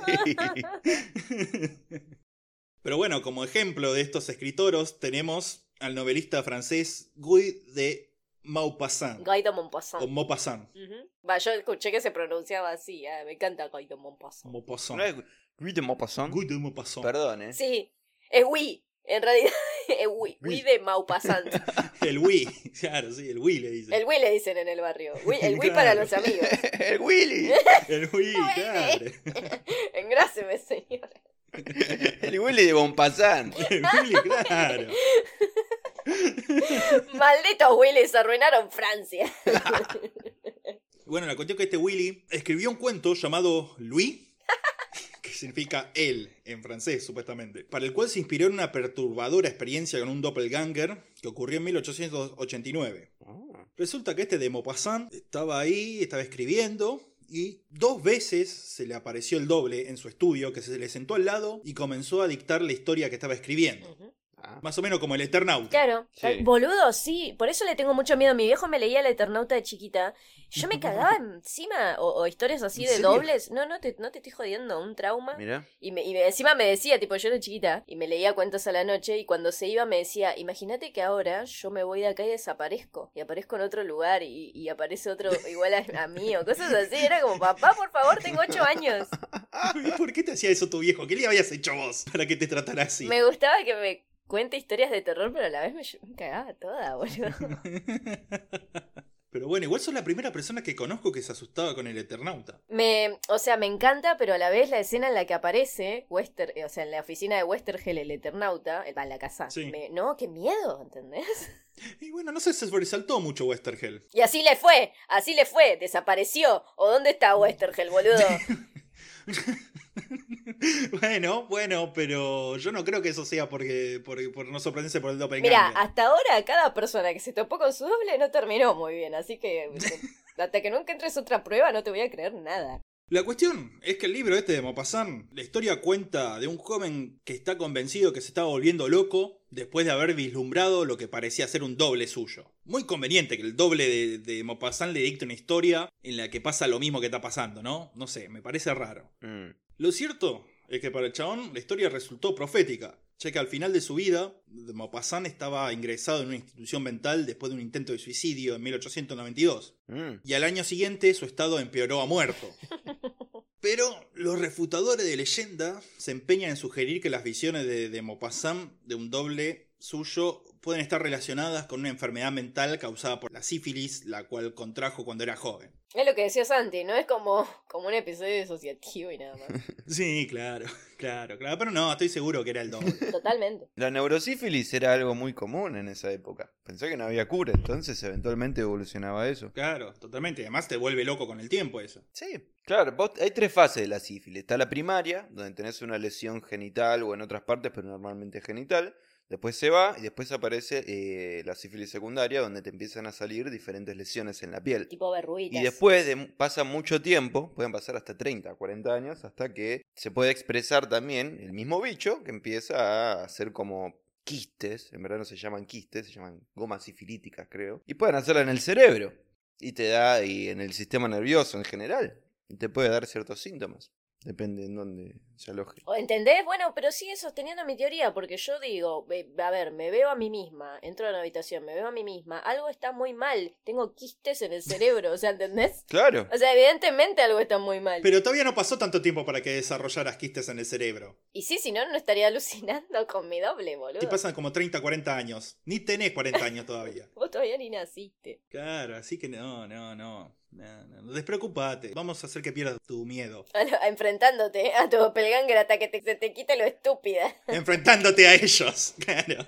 Speaker 2: Pero bueno, como ejemplo de estos escritoros tenemos al novelista francés Guy de Maupassant.
Speaker 4: Guaido
Speaker 2: O
Speaker 4: Montpassant.
Speaker 2: Maupassant.
Speaker 4: Ujú. Va, yo escuché que se pronunciaba así. ah, me encanta Guaido Montpassant.
Speaker 2: Maupassant.
Speaker 3: ¿No es Guy de Maupassant?
Speaker 2: Guy de Maupassant.
Speaker 3: Perdón, ¿eh?
Speaker 4: Sí, es Wii. En realidad, es Wii. Wii de Maupassant.
Speaker 2: El Wii. Claro, sí, el Wii le dice.
Speaker 4: El Wii le dicen en el barrio. Wii- el Wii
Speaker 2: Claro.
Speaker 4: para los amigos.
Speaker 3: ¡El Willy!
Speaker 2: El Wii, este. claro.
Speaker 4: Engráceme, señora.
Speaker 3: ¡El Willy de Maupassant!
Speaker 2: El Willy, claro.
Speaker 4: Malditos Willys arruinaron Francia.
Speaker 2: Bueno, la cuestión es que este Willy escribió un cuento llamado Louis. que se significa él en francés, supuestamente, para el cual se inspiró en una perturbadora experiencia con un doppelganger que ocurrió en 1889. Resulta que este de Maupassant estaba ahí, estaba escribiendo, y dos veces se le apareció el doble en su estudio, que se le sentó al lado y comenzó a dictar la historia que estaba escribiendo.
Speaker 4: Ujú.
Speaker 3: Ah.
Speaker 2: Más o menos como el Eternauta.
Speaker 4: Claro,
Speaker 3: Sí.
Speaker 4: boludo, sí, por eso le tengo mucho miedo. Mi viejo me leía el Eternauta de chiquita. Yo me cagaba encima, o, o historias así
Speaker 2: ¿En
Speaker 4: de
Speaker 2: serio?
Speaker 4: dobles. No, no te, no te estoy jodiendo, un trauma.
Speaker 3: Mira.
Speaker 4: Y, me, y me- encima me decía, tipo, yo era chiquita, y me leía cuentos a la noche, y cuando se iba me decía, imagínate que ahora yo me voy de acá y desaparezco, y aparezco en otro lugar, y, y aparece otro igual a, a mí, o cosas así. Era como, papá, por favor, tengo ocho años.
Speaker 2: ¿Y por qué te hacía eso tu viejo? ¿Qué le habías hecho vos para que te tratara así?
Speaker 4: Me gustaba que me cuente historias de terror, pero a la vez me, yo me cagaba toda, boludo.
Speaker 2: Pero bueno, igual sos la primera persona que conozco que se asustaba con el Eternauta.
Speaker 4: Me, o sea, me encanta, pero a la vez la escena en la que aparece Wester, eh, o sea, en la oficina de Westergel, el Eternauta, el- va en la casa.
Speaker 2: Sí.
Speaker 4: Me- no, qué miedo, ¿entendés?
Speaker 2: Y bueno, no sé, se sobresaltó mucho Westergel.
Speaker 4: Y así le fue, así le fue, desapareció. ¿O dónde
Speaker 3: Mm.
Speaker 4: está Westergel, boludo?
Speaker 2: bueno, bueno, pero yo no creo que eso sea porque, porque por no sorprenderse por el doppelganger.
Speaker 4: Mira, hasta ahora cada persona que se topó con su doble no terminó muy bien, así que hasta que nunca entres otra prueba no te voy a creer nada.
Speaker 2: La cuestión es que el libro este de Maupassant, la historia cuenta de un joven que está convencido que se está volviendo loco después de haber vislumbrado lo que parecía ser un doble suyo. Muy conveniente que el doble de, de Maupassant le dicte una historia en la que pasa lo mismo que está pasando, ¿no? No sé, me parece raro.
Speaker 3: Mm.
Speaker 2: Lo cierto es que para el chabón la historia resultó profética, ya que al final de su vida, de Maupassant estaba ingresado en una institución mental después de un intento de suicidio en 1892
Speaker 3: Mm.
Speaker 2: y al año siguiente su estado empeoró a muerto. Pero los refutadores de leyenda se empeñan en sugerir que las visiones de, de Maupassant de un doble suyo pueden estar relacionadas con una enfermedad mental causada por la sífilis, la cual contrajo cuando era joven.
Speaker 4: Es lo que decía Santi, no es como, como un episodio disociativo y nada más.
Speaker 2: Sí, claro, claro, claro, pero no, estoy seguro que era el doble.
Speaker 4: Totalmente.
Speaker 3: La neurosífilis era algo muy común en esa época. Pensé que no había cura, entonces eventualmente evolucionaba eso.
Speaker 2: Claro, totalmente, además te vuelve loco con el tiempo eso.
Speaker 3: Sí, claro, vos- hay tres fases de la sífilis. Está la primaria, donde tenés una lesión genital o en otras partes, pero normalmente genital. Después se va y después aparece eh, la sífilis secundaria, donde te empiezan a salir diferentes lesiones en la piel.
Speaker 4: Tipo verruguitas.
Speaker 3: Y después de, pasa mucho tiempo, pueden pasar hasta 30, 40 años, hasta que se puede expresar también el mismo bicho que empieza a hacer como quistes, en verdad no se llaman quistes, se llaman gomas sifilíticas creo, y pueden hacerla en el cerebro, y te da y en el sistema nervioso en general, y te puede dar ciertos síntomas, depende en dónde se aloje.
Speaker 4: ¿O ¿Entendés? Bueno, pero sigue sosteniendo mi teoría, porque yo digo, eh, a ver, me veo a mí misma, entro a una habitación, me veo a mí misma, algo está muy mal, tengo quistes en el cerebro, o sea, ¿entendés?
Speaker 3: Claro.
Speaker 4: O sea, evidentemente algo está muy mal.
Speaker 2: Pero todavía no pasó tanto tiempo para que desarrollaras quistes en el cerebro.
Speaker 4: Y sí, si no, no estaría alucinando con mi doble,
Speaker 2: Te
Speaker 4: boludo.
Speaker 2: pasan como 30, 40 años. Ni tenés 40 años todavía.
Speaker 4: Vos todavía ni naciste.
Speaker 2: Claro, así que no, no, no. No, no, no. Despreocupate. Vamos a hacer que pierdas tu miedo.
Speaker 4: A lo- a enfrentándote a tu doppelganger hasta que te, se te quite lo estúpida.
Speaker 2: enfrentándote a ellos. Claro.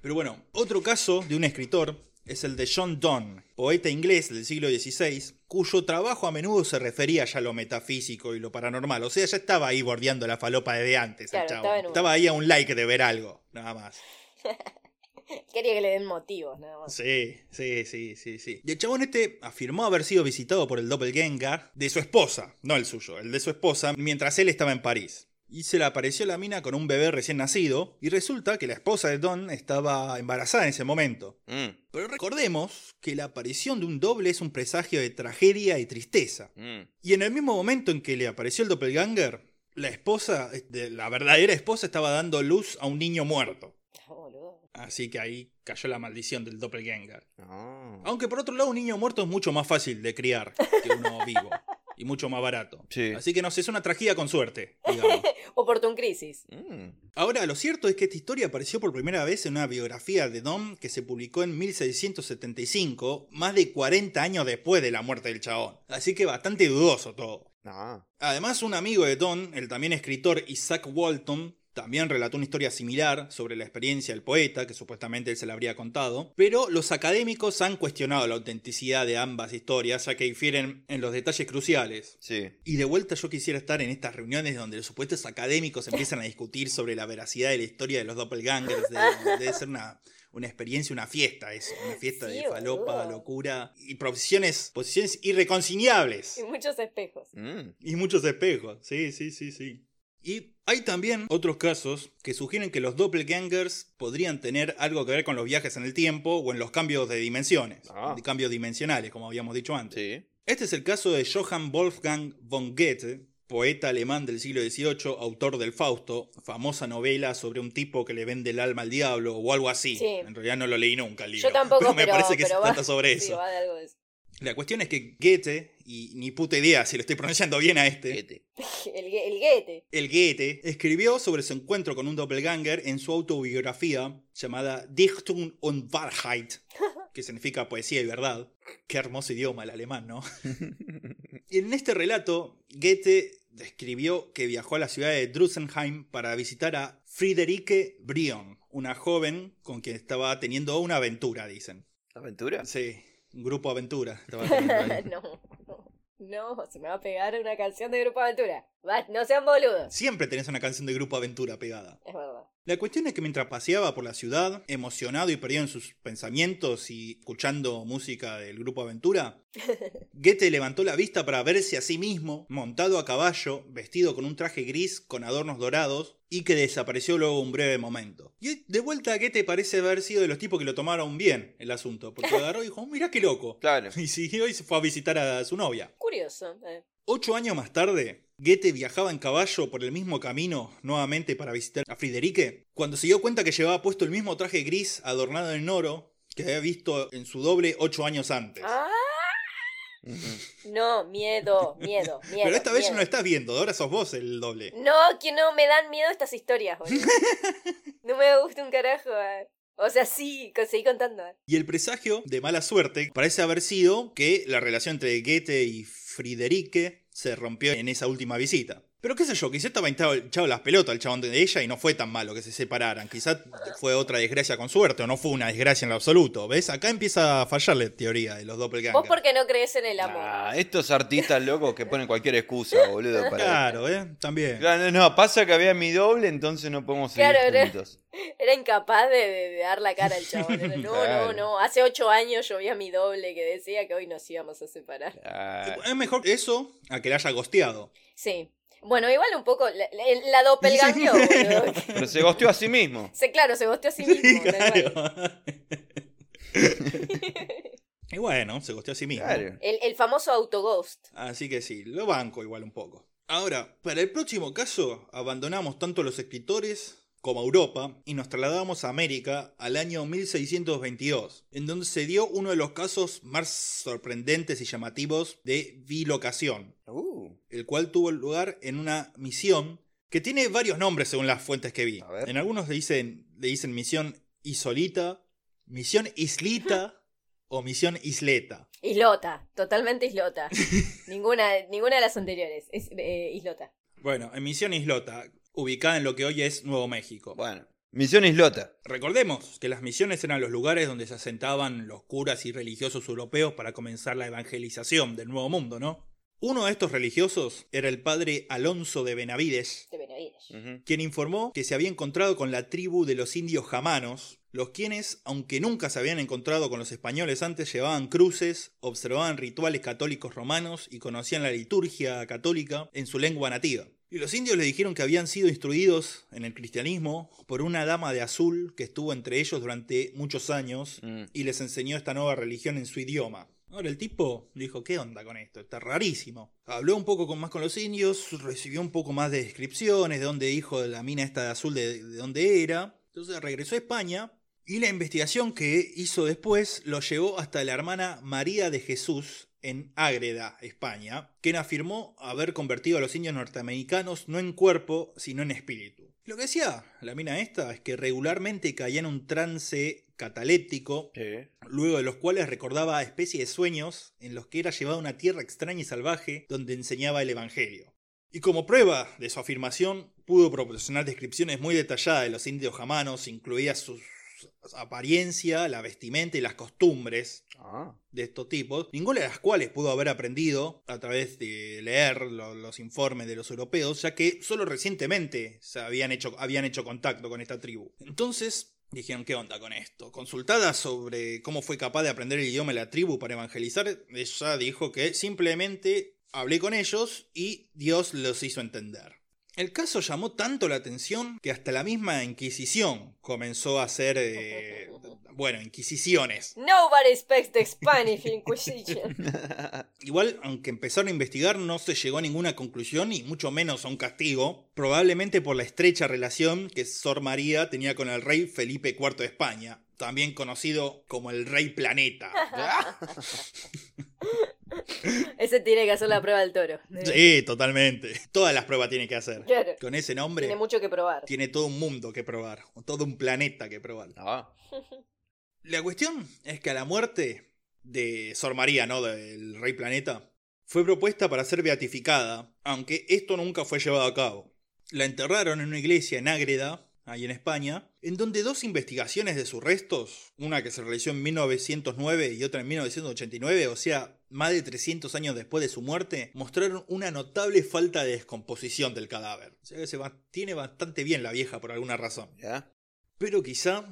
Speaker 2: Pero bueno, otro caso de un escritor es el de John Donne, poeta inglés del siglo XVI, cuyo trabajo a menudo se refería ya a lo metafísico y lo paranormal. O sea, ya estaba ahí bordeando la falopa de antes. el
Speaker 4: Claro,
Speaker 2: chabón.
Speaker 4: estaba en un-
Speaker 2: estaba ahí a un like de ver algo, nada más.
Speaker 4: Quería que le den motivos, nada más.
Speaker 2: Sí, sí, sí, sí, sí. Y el chabón este afirmó haber sido visitado por el doppelganger de su esposa, no el suyo, el de su esposa, mientras él estaba en París. Y se le apareció la mina con un bebé recién nacido, y resulta que la esposa de Don estaba embarazada en ese momento.
Speaker 3: Mm,
Speaker 2: Pero recordemos que la aparición de un doble es un presagio de tragedia y tristeza.
Speaker 3: mm.
Speaker 2: Y en el mismo momento en que le apareció el doppelganger, la esposa, este, la verdadera esposa, estaba dando luz a un niño muerto.
Speaker 4: No, boludo.
Speaker 2: Así que ahí cayó la maldición del doppelganger.
Speaker 3: No.
Speaker 2: Aunque por otro lado, un niño muerto es mucho más fácil de criar que uno vivo. Y mucho más barato.
Speaker 3: Sí.
Speaker 2: Así que no sé, es una tragedia con suerte. digamos.
Speaker 4: Oportun crisis.
Speaker 3: Mm.
Speaker 2: Ahora, lo cierto es que esta historia apareció por primera vez en una biografía de Dom que se publicó en 1675, más de 40 años después de la muerte del chabón. Así que bastante dudoso todo.
Speaker 3: No.
Speaker 2: Además, un amigo de Don, el también escritor Isaac Walton, También relató una historia similar sobre la experiencia del poeta, que supuestamente él se la habría contado, pero los académicos han cuestionado la autenticidad de ambas historias, ya que difieren en los detalles cruciales.
Speaker 3: Sí.
Speaker 2: Y de vuelta yo quisiera estar en estas reuniones donde los supuestos académicos empiezan a discutir sobre la veracidad de la historia de los doppelgangers. De- debe ser una, una experiencia, una fiesta eso, una fiesta
Speaker 4: Sí,
Speaker 2: de falopa,
Speaker 4: boludo.
Speaker 2: locura y posiciones, posiciones irreconciliables.
Speaker 4: Y muchos espejos.
Speaker 3: Mm.
Speaker 2: Y muchos espejos, sí, sí, sí, sí. Y hay también otros casos que sugieren que los doppelgangers podrían tener algo que ver con los viajes en el tiempo o en los cambios de dimensiones,
Speaker 3: Ah.
Speaker 2: de cambios dimensionales, como habíamos dicho antes.
Speaker 3: Sí.
Speaker 2: Este es el caso de Johann Wolfgang von Goethe, poeta alemán del siglo XVIII, autor del Fausto, famosa novela sobre un tipo que le vende el alma al diablo o algo así.
Speaker 4: Sí.
Speaker 2: En realidad no lo leí nunca el libro.
Speaker 4: Yo tampoco,
Speaker 2: pero me
Speaker 4: pero-
Speaker 2: parece que
Speaker 4: pero
Speaker 2: se
Speaker 4: va-
Speaker 2: trata sobre
Speaker 4: Sí,
Speaker 2: eso.
Speaker 4: va de algo de eso.
Speaker 2: La cuestión es que Goethe, y ni puta idea si lo estoy pronunciando bien a este,
Speaker 3: Fíjate.
Speaker 4: El, gue- el guete.
Speaker 2: el Goethe escribió sobre su encuentro con un doppelganger en su autobiografía llamada Dichtung und Wahrheit, que significa poesía y verdad. Qué hermoso idioma el alemán, ¿no? Y en este relato, Goethe describió que viajó a la ciudad de Drusenheim para visitar a Friederike Brion, una joven con quien estaba teniendo una aventura, dicen.
Speaker 3: ¿Aventura?
Speaker 2: Sí, un grupo aventura. estaba teniendo ahí.
Speaker 4: no, no. No, se me va a pegar una canción de Grupo Aventura. Va, no sean boludos.
Speaker 2: Siempre tenés una canción de grupo aventura pegada.
Speaker 4: Es verdad.
Speaker 2: La cuestión es que mientras paseaba por la ciudad, emocionado y perdido en sus pensamientos y escuchando música del grupo Aventura, Goethe levantó la vista para verse a sí mismo, montado a caballo, vestido con un traje gris con adornos dorados, y que desapareció luego un breve momento. Y de vuelta Goethe parece haber sido de los tipos que lo tomaron bien el asunto, porque agarró y dijo, mirá qué loco.
Speaker 3: Claro.
Speaker 2: Y siguió y se fue a visitar a su novia.
Speaker 4: Curioso. eh.
Speaker 2: Ocho años más tarde, Goethe viajaba en caballo por el mismo camino nuevamente para visitar a Friederike, cuando se dio cuenta que llevaba puesto el mismo traje gris adornado en oro que había visto en su doble ocho años antes.
Speaker 4: Ah, no, miedo, miedo, miedo.
Speaker 2: Pero esta vez ya no
Speaker 4: miedo.
Speaker 2: lo estás viendo, ahora sos vos el doble.
Speaker 4: No, que no, me dan miedo estas historias, boludo. No me gusta un carajo. eh. O sea, sí, con- seguí contando. eh.
Speaker 2: Y el presagio de mala suerte parece haber sido que la relación entre Goethe y Friederike se rompió en esa última visita. Pero qué sé yo, quizá estaba hinchado- hinchado las pelotas el chabón de ella y no fue tan malo que se separaran. Quizá fue otra desgracia con suerte o no fue una desgracia en lo absoluto. ¿Ves? Acá empieza a fallar la teoría de los
Speaker 4: Vos
Speaker 2: doppelgangers.
Speaker 4: porque no crees en el amor.
Speaker 3: Ah, estos artistas locos que ponen cualquier excusa, boludo. Para...
Speaker 2: Claro, ¿eh? También.
Speaker 3: Claro, no, no, pasa que había mi doble, entonces no podemos seguir
Speaker 4: Claro, no.
Speaker 3: juntos.
Speaker 4: Era incapaz de, de- de dar la cara al chabón. Era, No,
Speaker 3: Claro.
Speaker 4: no, no. Hace ocho años yo vi a mi doble que decía que hoy nos íbamos a separar.
Speaker 3: Ah,
Speaker 2: Es mejor eso a que la haya gosteado.
Speaker 4: Sí. Bueno, igual un poco. La, la, la doppelgangueó, boludo.
Speaker 3: pero se gosteó a sí mismo.
Speaker 4: Se, claro, se gosteó a sí mismo. tal cual.
Speaker 2: Claro. y bueno, se gosteó a sí mismo.
Speaker 3: Claro.
Speaker 4: El, el famoso autoghost.
Speaker 2: Así que sí, lo banco igual un poco. Ahora, para el próximo caso, abandonamos tanto a los escritores como a Europa y nos trasladamos a América al año 1622, en donde se dio uno de los casos más sorprendentes y llamativos de bilocación,
Speaker 3: Uh,
Speaker 2: el cual tuvo lugar en una misión que tiene varios nombres según las fuentes que vi.
Speaker 3: A ver.
Speaker 2: En algunos le dicen, le dicen misión isolita, misión islita o misión isleta.
Speaker 4: Islota. Totalmente islota. ninguna, ninguna de las anteriores. Es eh, islota.
Speaker 2: Bueno, en Misión Islota, ubicada en lo que hoy es Nuevo México.
Speaker 3: bueno. Misión Islota.
Speaker 2: Recordemos que las misiones eran los lugares donde se asentaban los curas y religiosos europeos para comenzar la evangelización del Nuevo Mundo, ¿no? Uno de estos religiosos era el padre Alonso de Benavides,
Speaker 4: De Benavides.
Speaker 3: Ujú.
Speaker 2: quien informó que se había encontrado con la tribu de los indios jamanos, los quienes, aunque nunca se habían encontrado con los españoles antes, llevaban cruces, observaban rituales católicos romanos y conocían la liturgia católica en su lengua nativa. Y los indios le dijeron que habían sido instruidos en el cristianismo por una dama de azul que estuvo entre ellos durante muchos años
Speaker 3: Mm.
Speaker 2: y les enseñó esta nueva religión en su idioma. Ahora el tipo dijo, ¿qué onda con esto? Está rarísimo. Habló un poco con, más con los indios, recibió un poco más de descripciones de dónde dijo la mina esta de azul de, de dónde era. Entonces regresó a España y la investigación que hizo después lo llevó hasta la hermana María de Jesús en Ágreda, España, quien afirmó haber convertido a los indios norteamericanos no en cuerpo, sino en espíritu. Lo que decía la mina esta es que regularmente caía en un trance cataléptico
Speaker 3: Sí.
Speaker 2: luego de los cuales recordaba a especie de sueños en los que era llevado a una tierra extraña y salvaje donde enseñaba el Evangelio. Y como prueba de su afirmación, pudo proporcionar descripciones muy detalladas de los indios jamanos, incluidas sus apariencia, la vestimenta y las costumbres
Speaker 3: Ah.
Speaker 2: de estos tipos, ninguna de las cuales pudo haber aprendido a través de leer lo- los informes de los europeos, ya que solo recientemente se habían hecho, habían hecho contacto con esta tribu. Entonces dijeron, ¿qué onda con esto? Consultada sobre cómo fue capaz de aprender el idioma de la tribu para evangelizar, ella dijo que simplemente hablé con ellos y Dios los hizo entender. El caso llamó tanto la atención que hasta la misma Inquisición comenzó a hacer, eh, bueno, inquisiciones.
Speaker 4: Nobody speaks the Spanish Inquisition.
Speaker 2: Igual, aunque empezaron a investigar, no se llegó a ninguna conclusión y mucho menos a un castigo, probablemente por la estrecha relación que Sor María tenía con el rey Felipe IV de España, también conocido como el rey planeta.
Speaker 3: Ah.
Speaker 4: Ese tiene que hacer la prueba del toro.
Speaker 2: Sí, totalmente. Todas las pruebas tiene que hacer.
Speaker 4: Claro.
Speaker 2: Con ese nombre
Speaker 4: Tiene mucho que probar.
Speaker 2: tiene todo un mundo que probar, o todo un planeta que probar.
Speaker 3: Ah.
Speaker 2: La cuestión es que a la muerte de Sor María, ¿no? Del Rey Planeta, fue propuesta para ser beatificada, aunque esto nunca fue llevado a cabo. La enterraron en una iglesia en Ágreda, ahí en España, en donde dos investigaciones de sus restos, una que se realizó en 1909 y otra en 1989, o sea, más de 300 años después de su muerte, mostraron una notable falta de descomposición del cadáver. O sea que se mantiene bastante bien la vieja por alguna razón.
Speaker 3: Ya.
Speaker 2: Pero quizá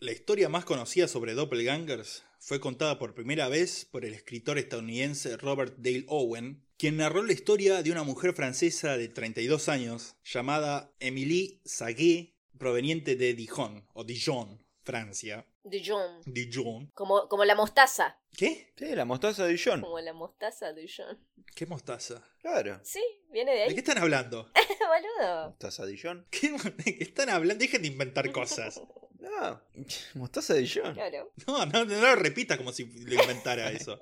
Speaker 2: la historia más conocida sobre doppelgangers fue contada por primera vez por el escritor estadounidense Robert Dale Owen, quien narró la historia de una mujer francesa de 32 años llamada Émilie Saguet, proveniente de Dijon, o Dijon, Francia.
Speaker 4: Dijon.
Speaker 2: Dijon.
Speaker 4: Como, como la mostaza.
Speaker 2: ¿Qué?
Speaker 3: Sí, la mostaza de
Speaker 2: Mm.
Speaker 3: Dijon.
Speaker 4: Como la mostaza Dijon.
Speaker 2: ¿Qué mostaza?
Speaker 3: Claro.
Speaker 4: Sí, viene de
Speaker 2: ¿De
Speaker 4: ahí.
Speaker 2: qué están hablando?
Speaker 4: ¿Eh? boludo?
Speaker 3: ¿Mostaza Dijon?
Speaker 2: ¿Qué, de qué están hablando? Dejen de inventar cosas.
Speaker 3: No. Mostaza
Speaker 2: Ah.
Speaker 3: Dijon.
Speaker 4: Claro.
Speaker 2: No, no, no lo repita como si lo inventara eso.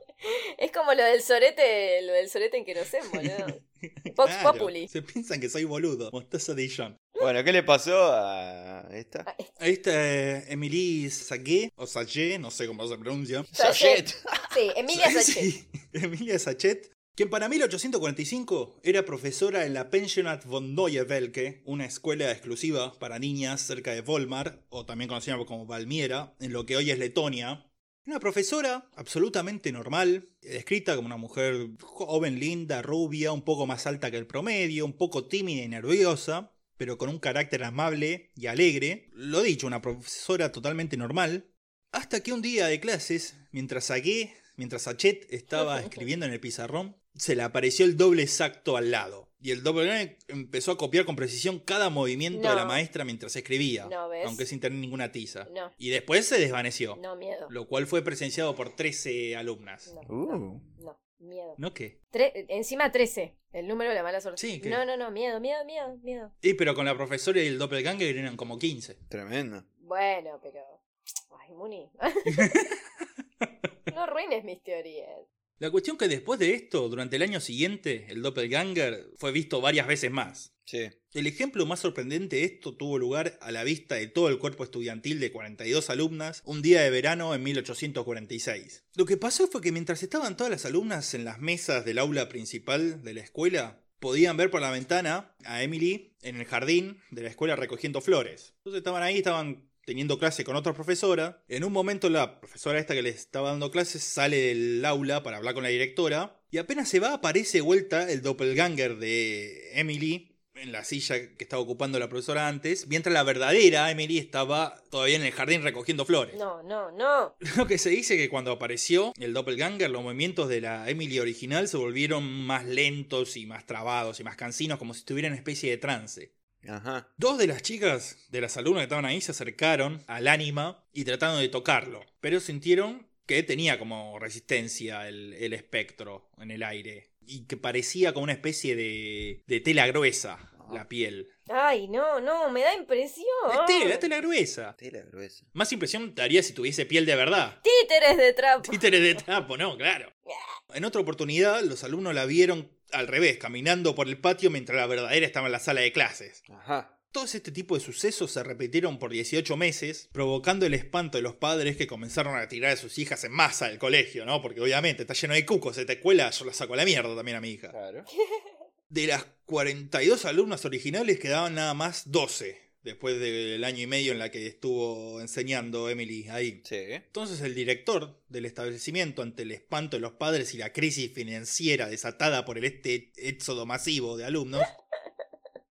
Speaker 4: Es como lo del sorete, lo del sorete en querosén, boludo. Vox
Speaker 2: Claro,
Speaker 4: Populi.
Speaker 2: Se piensan que soy boludo. Mostaza Dijon.
Speaker 3: Bueno, ¿qué le pasó a esta?
Speaker 4: Ah,
Speaker 2: Esta eh, Emily Saguet, o Saguet, no sé cómo se pronuncia.
Speaker 4: Sachet. Sí, Emilia Sachet.
Speaker 2: Sí, Emilia Sachet, quien para 1845 era profesora en la Pensionat von Neue Welke, una escuela exclusiva para niñas cerca de Volmar, o también conocida como Valmiera, en lo que hoy es Letonia. Una profesora absolutamente normal, descrita como una mujer joven, linda, rubia, un poco más alta que el promedio, un poco tímida y nerviosa, pero con un carácter amable y alegre. Lo dicho, una profesora totalmente normal, hasta que un día de clases, mientras Sagué, mientras Sachet estaba escribiendo en el pizarrón, se le apareció el doble exacto al lado. Y el doble empezó a copiar con precisión cada movimiento de la
Speaker 4: No.
Speaker 2: maestra mientras escribía,
Speaker 4: No, ¿ves?
Speaker 2: aunque sin tener ninguna tiza.
Speaker 4: No,
Speaker 2: Y después se desvaneció,
Speaker 4: no, miedo.
Speaker 2: lo cual fue presenciado por 13 alumnas.
Speaker 4: No, no,
Speaker 3: Uh.
Speaker 4: no, miedo.
Speaker 2: ¿No qué?
Speaker 4: Tre- encima 13, el número de la mala suerte.
Speaker 2: Sí, ¿qué?
Speaker 4: No, no, no, miedo, miedo, miedo, miedo.
Speaker 2: Y pero con la profesora y el doppelganger eran como 15.
Speaker 3: Tremendo.
Speaker 4: Bueno, pero. Ay, Muni. no arruines mis teorías.
Speaker 2: La cuestión que después de esto, durante el año siguiente, el doppelganger fue visto varias veces más.
Speaker 3: Sí.
Speaker 2: El ejemplo más sorprendente de esto tuvo lugar a la vista de todo el cuerpo estudiantil de 42 alumnas un día de verano en 1846. Lo que pasó fue que mientras estaban todas las alumnas en las mesas del aula principal de la escuela, podían ver por la ventana a Emily en el jardín de la escuela recogiendo flores. Entonces estaban ahí, estaban teniendo clase con otra profesora. En un momento la profesora esta que les estaba dando clases sale del aula para hablar con la directora y apenas se va aparece de vuelta el doppelganger de Emily en la silla que estaba ocupando la profesora antes, mientras la verdadera Emily estaba todavía en el jardín recogiendo flores.
Speaker 4: No, no, no.
Speaker 2: Lo que se dice que cuando apareció el doppelganger, los movimientos de la Emily original se volvieron más lentos y más trabados y más cansinos, como si estuviera en una especie de trance.
Speaker 3: Ajá.
Speaker 2: Dos de las chicas de las alumnas que estaban ahí se acercaron al ánima y trataron de tocarlo, pero sintieron que tenía como resistencia el, el espectro en el aire y que parecía como una especie de, de tela gruesa la piel.
Speaker 4: Ay, no, no, me da impresión.
Speaker 2: Es tela, es tela gruesa.
Speaker 3: Tela gruesa.
Speaker 2: Más impresión te haría si tuviese piel de verdad.
Speaker 4: Títeres de trapo.
Speaker 2: Títeres de trapo, no, claro. En otra oportunidad, los alumnos la vieron al revés, caminando por el patio mientras la verdadera estaba en la sala de clases.
Speaker 3: Ajá.
Speaker 2: Todos este tipo de sucesos se repitieron por 18 meses, provocando el espanto de los padres que comenzaron a tirar a sus hijas en masa del colegio, ¿no? Porque obviamente está lleno de cucos esta escuela, yo la saco a la mierda también a mi hija.
Speaker 3: Claro.
Speaker 2: De las 42 alumnas originales quedaban nada más 12 después del año y medio en la que estuvo enseñando Emily ahí.
Speaker 3: Sí.
Speaker 2: Entonces el director del establecimiento, ante el espanto de los padres y la crisis financiera desatada por el este éxodo masivo de alumnos,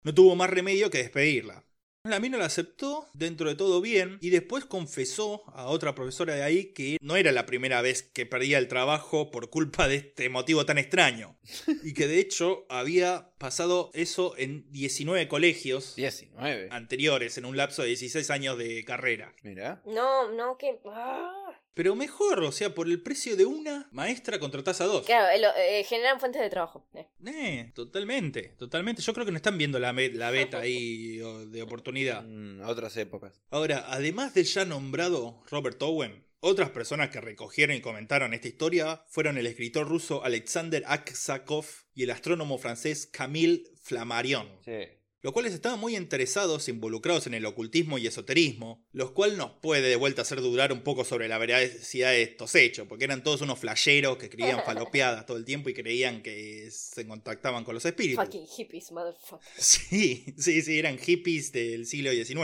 Speaker 2: no tuvo más remedio que despedirla. La mina la aceptó, dentro de todo bien, y después confesó a otra profesora de ahí que no era la primera vez que perdía el trabajo por culpa de este motivo tan extraño. Y que de hecho había pasado eso en 19 colegios Ah.
Speaker 3: 19.
Speaker 2: anteriores, en un lapso de 16 años de carrera.
Speaker 3: Mira.
Speaker 4: No, no, que. ah.
Speaker 2: Pero mejor, o sea, por el precio de una maestra contratás a dos.
Speaker 4: Claro, eh, lo- eh, generan fuentes de trabajo. Eh.
Speaker 2: Eh, totalmente, totalmente. Yo creo que no están viendo la, me- la beta ahí o- de oportunidad.
Speaker 3: Mm, otras épocas.
Speaker 2: Ahora, además del ya nombrado Robert Owen, otras personas que recogieron y comentaron esta historia fueron el escritor ruso Alexander Aksakov y el astrónomo francés Camille Flammarion,
Speaker 3: Sí.
Speaker 2: los cuales estaban muy interesados, involucrados en el ocultismo y esoterismo, los cual nos puede de vuelta hacer dudar un poco sobre la veracidad de estos hechos, porque eran todos unos flayeros que creían falopeadas todo el tiempo y creían que se contactaban con los espíritus.
Speaker 4: Fucking hippies, motherfucker.
Speaker 2: Sí, sí, sí, eran hippies del siglo XIX.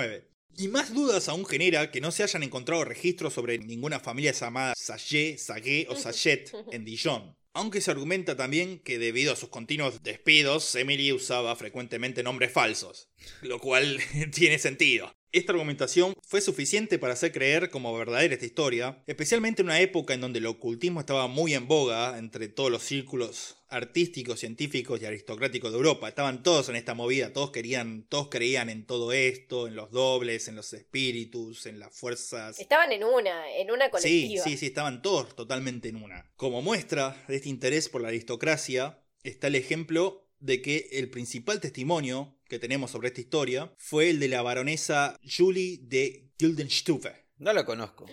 Speaker 2: Y más dudas aún genera que no se hayan encontrado registros sobre ninguna familia llamada Sayé, Sagué o Sayet en Dijon. Aunque se argumenta también que debido a sus continuos despidos, Emily usaba frecuentemente nombres falsos, lo cual tiene sentido. Esta argumentación fue suficiente para hacer creer como verdadera esta historia, especialmente en una época en donde el ocultismo estaba muy en boga entre todos los círculos artísticos, científicos y aristocráticos de Europa. Estaban todos en esta movida, todos querían, todos creían en todo esto, en los dobles, en los espíritus, en las fuerzas
Speaker 4: Estaban en una, en una
Speaker 2: Sí,
Speaker 4: colectiva.
Speaker 2: sí, sí, estaban todos totalmente en una. Como muestra de este interés por la aristocracia, está el ejemplo de que el principal testimonio que tenemos sobre esta historia fue el de la baronesa Julie de Gildenstufe,
Speaker 3: No la conozco.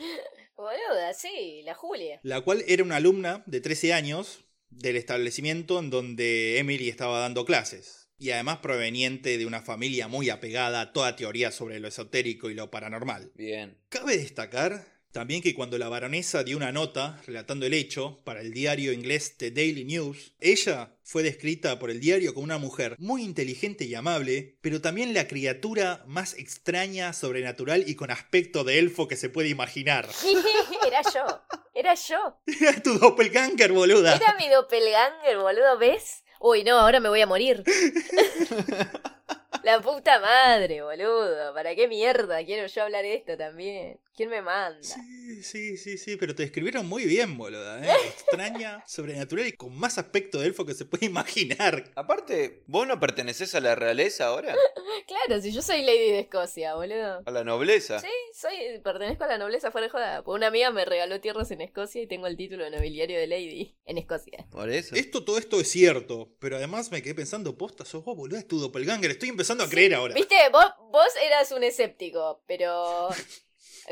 Speaker 4: Boluda, sí, la Julia.
Speaker 2: la cual era una alumna de 13 años del establecimiento en donde Emily estaba dando clases. Y además proveniente de una familia muy apegada a toda teoría sobre lo esotérico y lo paranormal.
Speaker 3: Bien.
Speaker 2: Cabe destacar también que cuando la baronesa dio una nota relatando el hecho para el diario inglés The Daily News, ella fue descrita por el diario como una mujer muy inteligente y amable, pero también la criatura más extraña, sobrenatural y con aspecto de elfo que se puede imaginar.
Speaker 4: Era yo, era yo.
Speaker 2: Era tu doppelganger, boluda.
Speaker 4: Era mi doppelganger, boludo, ¿ves? Uy, no, ahora me voy a morir. La puta madre, boludo. ¿Para qué mierda quiero yo hablar esto también? ¿Quién me manda?
Speaker 2: Sí, sí, sí, sí, pero te describieron muy bien, boluda. ¿eh? Extraña, sobrenatural y con más aspecto de elfo que se puede imaginar.
Speaker 3: Aparte, ¿vos no perteneces a la realeza ahora?
Speaker 4: Claro, si yo soy Lady de Escocia, boludo.
Speaker 3: ¿A la nobleza?
Speaker 4: Sí, soy, pertenezco a la nobleza fuera de joda. Porque una amiga me regaló tierras en Escocia y tengo el título de nobiliario de Lady en Escocia.
Speaker 3: Por eso.
Speaker 2: Esto, todo esto es cierto, pero además me quedé pensando, posta, sos vos, boludo, es tu doppelganger. Estoy empezando a creer ahora.
Speaker 4: Viste, vos, vos eras un escéptico, pero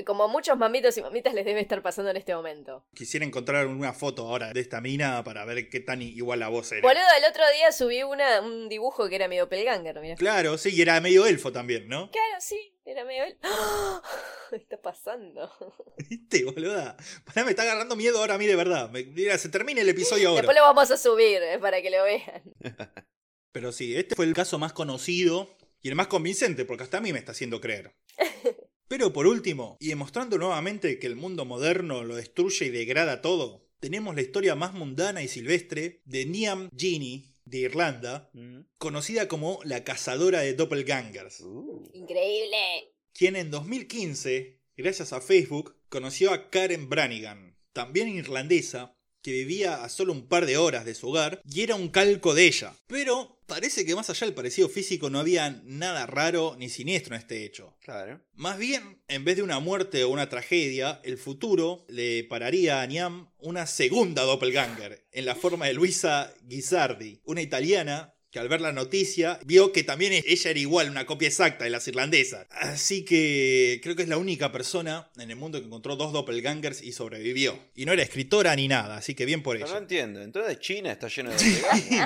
Speaker 4: como a muchos mamitos y mamitas les debe estar pasando en este momento.
Speaker 2: Quisiera encontrar una foto ahora de esta mina para ver qué tan igual la voz era.
Speaker 4: Boludo, el otro día subí una, un dibujo que era medio pelganger, mira.
Speaker 2: Claro, sí, y era medio elfo también, ¿no?
Speaker 4: Claro, sí, era medio el. ¡Ah! ¿Qué está pasando?
Speaker 2: ¿Viste, Este, boluda? Pará, me está agarrando miedo ahora a mí de verdad. Me- mira, se termina el episodio ahora.
Speaker 4: Después lo vamos a subir eh, para que lo vean.
Speaker 2: Pero sí, este fue el caso más conocido y el más convincente, porque hasta a mí me está haciendo creer. Pero por último, y demostrando nuevamente que el mundo moderno lo destruye y degrada todo, tenemos la historia más mundana y silvestre de Niam Genie de Irlanda,
Speaker 3: Mm.
Speaker 2: conocida como la cazadora de doppelgangers,
Speaker 3: Uh.
Speaker 4: Increíble.
Speaker 2: quien en 2015, gracias a Facebook, conoció a Karen Branigan, también irlandesa, que vivía a solo un par de horas de su hogar y era un calco de ella. Pero parece que más allá del parecido físico no había nada raro ni siniestro en este hecho.
Speaker 3: Claro.
Speaker 2: Más bien, en vez de una muerte o una tragedia, el futuro le pararía a Niam una segunda doppelganger, en la forma de Luisa Guisardi, una italiana que al ver la noticia vio que también e-, ella era igual, una copia exacta de las irlandesas. Así que creo que es la única persona en el mundo que encontró dos doppelgangers y sobrevivió. Y no era escritora ni nada, así que bien por
Speaker 3: Pero no
Speaker 2: ella.
Speaker 3: entiendo. Entonces China está lleno de...
Speaker 2: Sí,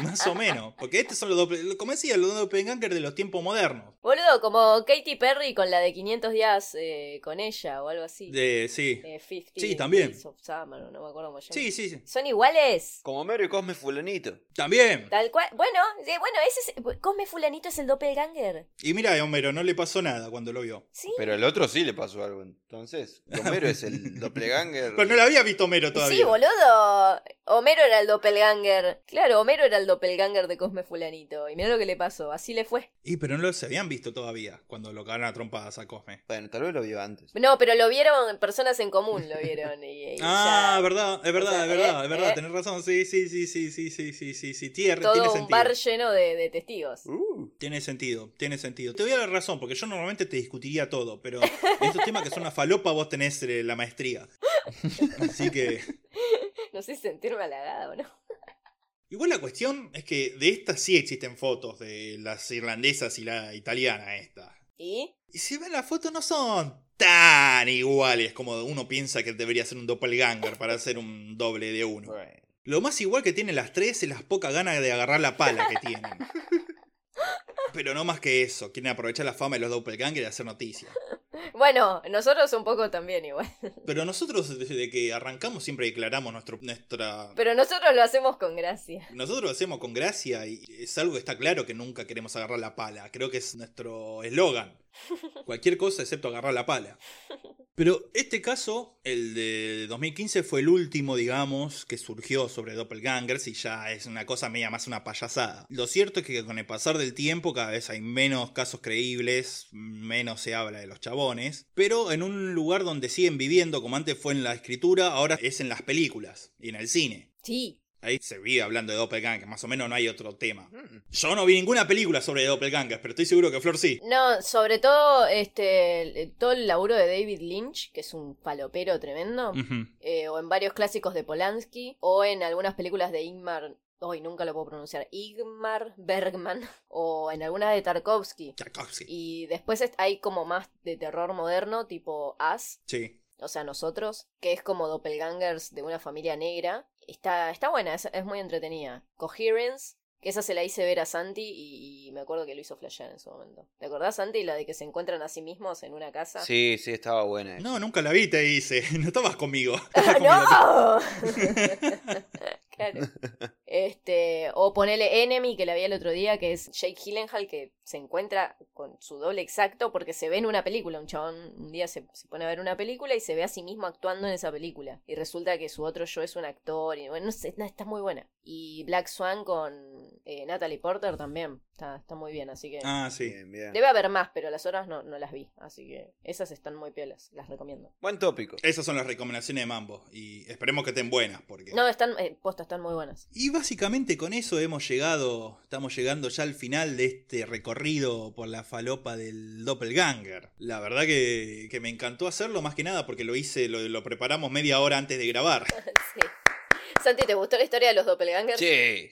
Speaker 2: más o menos, porque estos son los doppelgangers, como decía, los doppelgangers de los tiempos modernos.
Speaker 4: Boludo, como Katy Perry con la de 500 días eh, con ella o algo así.
Speaker 2: De, sí.
Speaker 4: Eh, 50
Speaker 2: Sí, también.
Speaker 4: Days of Summer, no me acuerdo cómo se llama.
Speaker 2: Sí, sí, sí.
Speaker 4: Son iguales.
Speaker 3: Como Mero y Cosme Fulanito.
Speaker 2: También.
Speaker 4: Tal cual. Bueno, sí, Que bueno, ese es, Cosme Fulanito es el doppelganger.
Speaker 2: Y mira, a Homero no le pasó nada cuando lo vio.
Speaker 4: Sí.
Speaker 3: Pero al otro sí le pasó algo. Entonces, Homero es el doppelganger.
Speaker 2: Pero no lo había visto Homero todavía.
Speaker 4: Sí, boludo. Homero era el doppelganger. Claro, Homero era el doppelganger de Cosme Fulanito. Y mira lo que le pasó. Así le fue.
Speaker 2: Y pero no lo se habían visto todavía cuando lo cagaron a trompadas a Cosme.
Speaker 3: Bueno, tal vez lo vio antes.
Speaker 4: No, pero lo vieron personas en común, lo vieron. Y, y
Speaker 2: Ah,
Speaker 4: ya.
Speaker 2: es verdad, es verdad,
Speaker 4: sea,
Speaker 2: es verdad,
Speaker 4: eh,
Speaker 2: es verdad,
Speaker 4: eh.
Speaker 2: tenés razón. Sí, sí, sí, sí, sí, sí, sí, sí, sí. Tiene, tiene
Speaker 4: Todo un
Speaker 2: sentido. Mm.
Speaker 4: bar lleno de, de testigos.
Speaker 3: Uh,
Speaker 2: Tiene sentido, tiene sentido. Te voy a dar razón, porque yo normalmente te discutiría todo, pero en estos temas que son una falopa vos tenés eh, la maestría. Así que.
Speaker 4: No sé si sentirme halagado, ¿no?
Speaker 2: Igual la cuestión es que de estas sí existen fotos, de las irlandesas y la italiana esta.
Speaker 4: ¿Y?
Speaker 2: Y si ven las fotos no son tan iguales como uno piensa que debería ser un doppelganger para hacer un doble de uno.
Speaker 3: bueno.
Speaker 2: Lo más igual que tienen las tres es las pocas ganas de agarrar la pala que tienen. Pero no más que eso, quieren aprovechar la fama de los doppelgangers y hacer noticias.
Speaker 4: Bueno, nosotros un poco también igual.
Speaker 2: Pero nosotros desde que arrancamos siempre declaramos nuestro, nuestra...
Speaker 4: Pero nosotros lo hacemos con gracia.
Speaker 2: Nosotros lo hacemos con gracia y es algo que está claro que nunca queremos agarrar la pala. Creo que es nuestro eslogan. Cualquier cosa excepto agarrar la pala. Pero este caso, el de 2015, fue el último, digamos, que surgió sobre doppelgangers y ya es una cosa media más una payasada. Lo cierto es que con el pasar del tiempo cada vez hay menos casos creíbles, menos se habla de los chabones, pero en un lugar donde siguen viviendo, como antes fue en la escritura, ahora es en las películas y en el cine.
Speaker 4: Sí.
Speaker 2: Ahí se vive hablando de doppelganger, más o menos no hay otro tema.
Speaker 3: Mm.
Speaker 2: Yo no vi ninguna película sobre doppelgangers, pero estoy seguro que Flor sí.
Speaker 4: No, sobre todo este el- todo el laburo de David Lynch, que es un palopero tremendo, eh, o en varios clásicos de Polanski, o en algunas películas de Ingmar, hoy nunca lo puedo pronunciar, Ingmar Bergman, o en algunas de Tarkovsky.
Speaker 2: Tarkovsky.
Speaker 4: Y después es- hay como más de terror moderno, tipo As,
Speaker 2: Sí.
Speaker 4: o sea, nosotros, que es como doppelgangers de una familia negra. Está, está buena, es, es muy entretenida. Coherence, que esa se la hice ver a Santi y, y me acuerdo que lo hizo flashear en su momento. ¿Te acordás, Santi, la de que se encuentran a sí mismos en una casa?
Speaker 3: Sí, sí, estaba buena. esa.
Speaker 2: No, nunca la vi, te dice. No estabas conmigo. Estabas conmigo.
Speaker 4: ¡No! claro. Este, o ponele Enemy, que la vi el otro día, que es Jake Gyllenhaal, que se encuentra con su doble exacto porque se ve en una película. Un chabón un día se, se pone a ver una película y se ve a sí mismo actuando en esa película. Y resulta que su otro yo es un actor. Y bueno, no sé, no, está muy buena. Y Black Swan con eh, Natalie Porter también. Está, está muy bien, así que.
Speaker 2: Ah, sí.
Speaker 3: Bien, bien.
Speaker 4: Debe haber más, pero las otras no, no las vi. Así que esas están muy piolas. Las recomiendo.
Speaker 3: Buen tópico.
Speaker 2: Esas son las recomendaciones de Mambo. Y esperemos que estén buenas, porque.
Speaker 4: No, están. eh, posta, están muy buenas.
Speaker 2: Y básicamente con eso hemos llegado. Estamos llegando ya al final de este recorrido por la falopa del Doppelganger. La verdad que, que me encantó hacerlo, más que nada porque lo hice, lo, lo preparamos media hora antes de grabar.
Speaker 4: Sí. Santi, ¿te gustó la historia de los doppelgangers?
Speaker 3: Sí.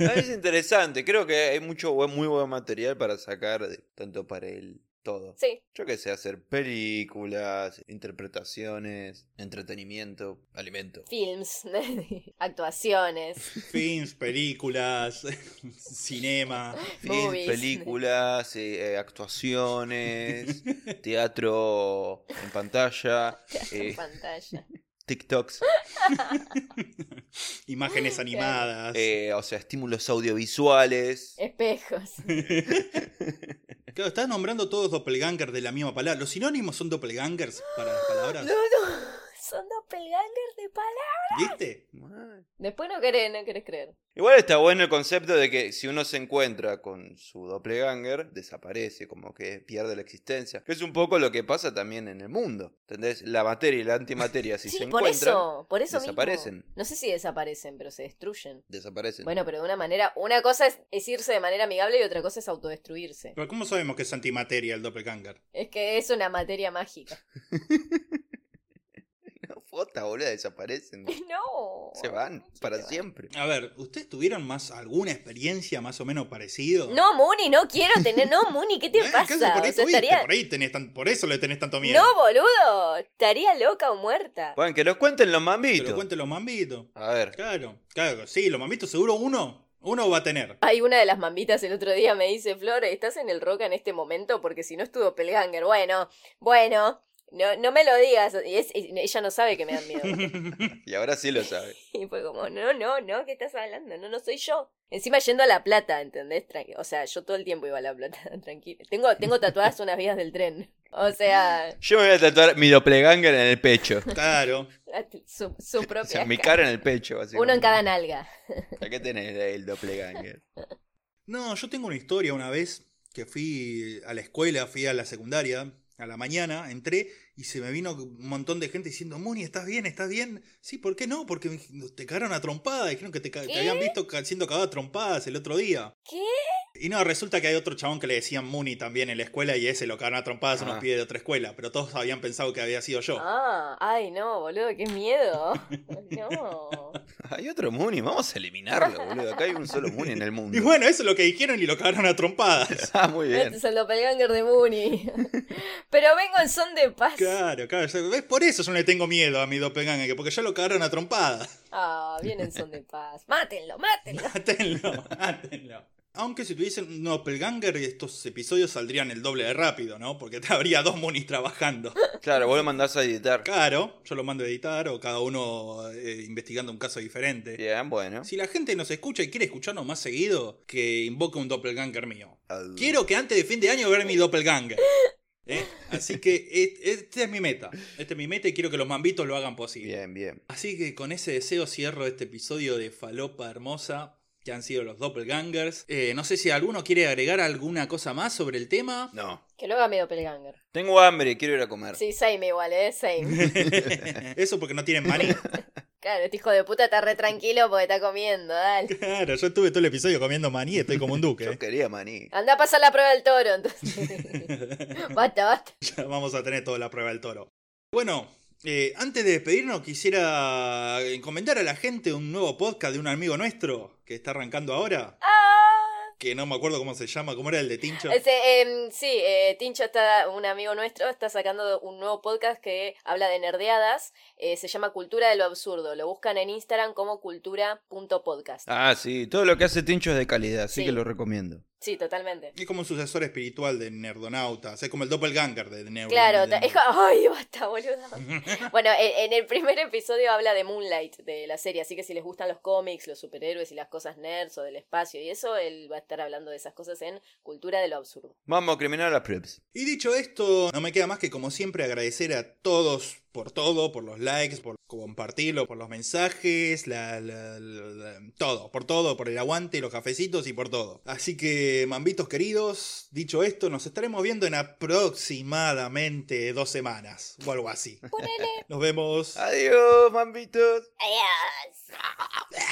Speaker 3: No, es interesante. Creo que hay mucho buen- muy buen material para sacar, de- tanto para el todo.
Speaker 4: Sí.
Speaker 3: Yo que sé, hacer películas, interpretaciones, entretenimiento, alimento.
Speaker 4: Films, actuaciones.
Speaker 2: Films, películas, cinema.
Speaker 3: Films,
Speaker 4: Movies.
Speaker 3: películas, eh, eh, actuaciones, teatro en pantalla, eh,
Speaker 4: en pantalla.
Speaker 3: TikToks,
Speaker 2: imágenes animadas.
Speaker 3: eh, o sea, estímulos
Speaker 4: Eh,
Speaker 3: audiovisuales.
Speaker 4: Espejos.
Speaker 2: Claro, estás nombrando todos doppelgangers de la misma palabra. Los sinónimos son doppelgangers para las
Speaker 4: No,
Speaker 2: palabras.
Speaker 4: no. Son doppelgangers de pala.
Speaker 2: ¿Viste?
Speaker 4: Después no querés, no querés creer.
Speaker 3: Igual está bueno el concepto de que si uno se encuentra con su doppelganger, desaparece, como que pierde la existencia. Que es un poco lo que pasa también en el mundo. ¿Entendés? La materia y la antimateria, si
Speaker 4: sí,
Speaker 3: se
Speaker 4: por
Speaker 3: encuentran,
Speaker 4: eso. Por eso mismo.
Speaker 3: desaparecen.
Speaker 4: No sé si desaparecen, pero se destruyen.
Speaker 3: desaparecen.
Speaker 4: Bueno, pero de una manera. Una cosa es, es irse de manera amigable y otra cosa es autodestruirse.
Speaker 2: Pero ¿cómo sabemos que es antimateria el doppelganger?
Speaker 4: Es que es una materia mágica.
Speaker 3: No, fota, boludo, desaparecen.
Speaker 4: No.
Speaker 3: Se van para
Speaker 4: Se van.
Speaker 3: siempre.
Speaker 2: A ver, ¿ustedes tuvieron más alguna experiencia más o menos parecido?
Speaker 4: No, Muni, no quiero tener. No, Muni, ¿qué te
Speaker 2: Eh,
Speaker 4: pasa?
Speaker 2: ¿qué haces? Por ahí
Speaker 4: O sea,
Speaker 2: tuviste,
Speaker 4: estaría-
Speaker 2: por, ahí tenés tan- por eso le tenés tanto miedo.
Speaker 4: No, boludo. Estaría loca o muerta.
Speaker 3: Bueno, que los cuenten los
Speaker 2: Te lo
Speaker 3: mamitos.
Speaker 2: cuenten los mambitos.
Speaker 3: A ver.
Speaker 2: Claro, claro, sí, los mambitos seguro uno, uno va a tener.
Speaker 4: Hay una de las mamitas el otro día me dice, Flor, ¿estás en el roca en este momento? Porque si no estuvo Pelganger. Bueno, bueno, No, no me lo digas. Y es- y ella no sabe que me dan miedo.
Speaker 3: Y ahora sí lo sabe.
Speaker 4: Y fue como, no, no, no, ¿qué estás hablando? No, no soy yo. Encima yendo a La Plata, ¿entendés? Tran- o sea, yo todo el tiempo iba a La Plata, tranquila. Tengo, tengo tatuadas unas vías del tren. O sea,
Speaker 3: Yo me voy a tatuar mi doppelganger en el pecho.
Speaker 2: Claro.
Speaker 4: su, su propia.
Speaker 3: O sea, mi
Speaker 4: escala.
Speaker 3: cara en el pecho, así.
Speaker 4: Uno en cada nalga.
Speaker 3: ¿Qué tenés ahí el doppelganger?
Speaker 2: No, yo tengo una historia una vez que fui a la escuela, fui a la secundaria, a la mañana, entré y se me vino un montón de gente diciendo, Moni, ¿estás bien? ¿Estás bien? Sí, ¿por qué no? Porque te cagaron a trompadas, dijeron que te, ca- te
Speaker 4: ¿Qué?
Speaker 2: habían visto ca- siendo cagado a trompadas el otro día.
Speaker 4: ¿Qué?
Speaker 2: Y no, resulta que hay otro chabón que le decían Muni también en la escuela y ese lo cagaron a trompadas
Speaker 3: Ah.
Speaker 2: unos pibes de otra escuela, pero todos habían pensado que había sido yo.
Speaker 4: Ah, ay, no, boludo, qué miedo. No.
Speaker 3: Hay otro Muni, vamos a eliminarlo, boludo. Acá hay un solo Muni en el mundo.
Speaker 2: Y bueno, eso es lo que dijeron y lo cagaron a trompadas.
Speaker 3: Ah, muy
Speaker 4: Este
Speaker 3: bien.
Speaker 4: es el doppelganger de Mooney. Pero vengo en son de paz.
Speaker 2: Claro, claro. ¿Ves? Por eso yo no le tengo miedo a mi doppelganger, porque ya lo cagaron a trompadas.
Speaker 4: Ah, viene en son de paz. Mátenlo, mátenlo.
Speaker 2: Mátenlo, mátenlo. Aunque si tuviesen un doppelganger, estos episodios saldrían el doble de rápido, ¿no? Porque habría dos monis trabajando.
Speaker 3: Claro, vos lo mandás a editar.
Speaker 2: Claro, yo lo mando a editar o cada uno eh, investigando un caso diferente.
Speaker 3: Bien, bueno.
Speaker 2: Si la gente nos escucha y quiere escucharnos más seguido, que invoque un doppelganger mío.
Speaker 3: Mm.
Speaker 2: Quiero que antes de fin de año ver mi doppelganger. ¿eh? Así que et- esta es mi meta. Esta es mi meta y quiero que los mambitos lo hagan posible.
Speaker 3: Bien, bien.
Speaker 2: Así que con ese deseo cierro este episodio de Falopa Hermosa, que han sido los doppelgangers. Eh, no sé si alguno quiere agregar alguna cosa más sobre el tema.
Speaker 3: No.
Speaker 4: Que lo haga mi doppelganger.
Speaker 3: Tengo hambre, quiero ir a comer.
Speaker 4: Sí, same igual, eh, same.
Speaker 2: Eso porque no tienen maní.
Speaker 4: Claro, este hijo de puta está re tranquilo porque está comiendo, dale.
Speaker 2: Claro, yo estuve todo el episodio comiendo maní, estoy como un
Speaker 3: Yo
Speaker 2: duque. ¿eh?
Speaker 3: quería maní.
Speaker 4: Anda a pasar la prueba del toro, entonces. basta, basta.
Speaker 2: Ya vamos a tener toda la prueba del toro. Bueno, eh, antes de despedirnos, quisiera encomendar a la gente un nuevo podcast de un amigo nuestro que está arrancando ahora.
Speaker 4: Ah,
Speaker 2: Que no me acuerdo cómo se llama, cómo era el de Tincho.
Speaker 4: ese, em, sí, eh, Tincho está, un amigo nuestro, está sacando un nuevo podcast que habla de nerdeadas. eh, se llama Cultura de lo Absurdo. Lo buscan en Instagram como cultura.podcast.
Speaker 3: Ah, sí, todo lo que hace Tincho es de calidad, así
Speaker 4: Sí.
Speaker 3: que lo recomiendo.
Speaker 4: Sí, totalmente.
Speaker 2: Es como un sucesor espiritual de Nerdonautas, es como el doppelganger de Nerdonautas.
Speaker 4: Claro, ta- es co- ¡Ay, basta, boludo! Bueno, e- en el primer episodio habla de Moonlight, de la serie, así que si les gustan los cómics, los superhéroes y las cosas nerds o del espacio y eso, él va a estar hablando de esas cosas en Cultura de lo Absurdo.
Speaker 3: Vamos a criminal a las preps.
Speaker 2: Y dicho esto, no me queda más que como siempre agradecer a todos por todo, por los likes, por compartirlo, por los mensajes, la, la- la- la- todo, por todo, por el aguante, los cafecitos y por todo. Así que, mambitos queridos, dicho esto, nos estaremos viendo en aproximadamente dos semanas o algo así.
Speaker 4: Ponele.
Speaker 2: Nos vemos.
Speaker 3: Adiós, mambitos.
Speaker 4: Adiós.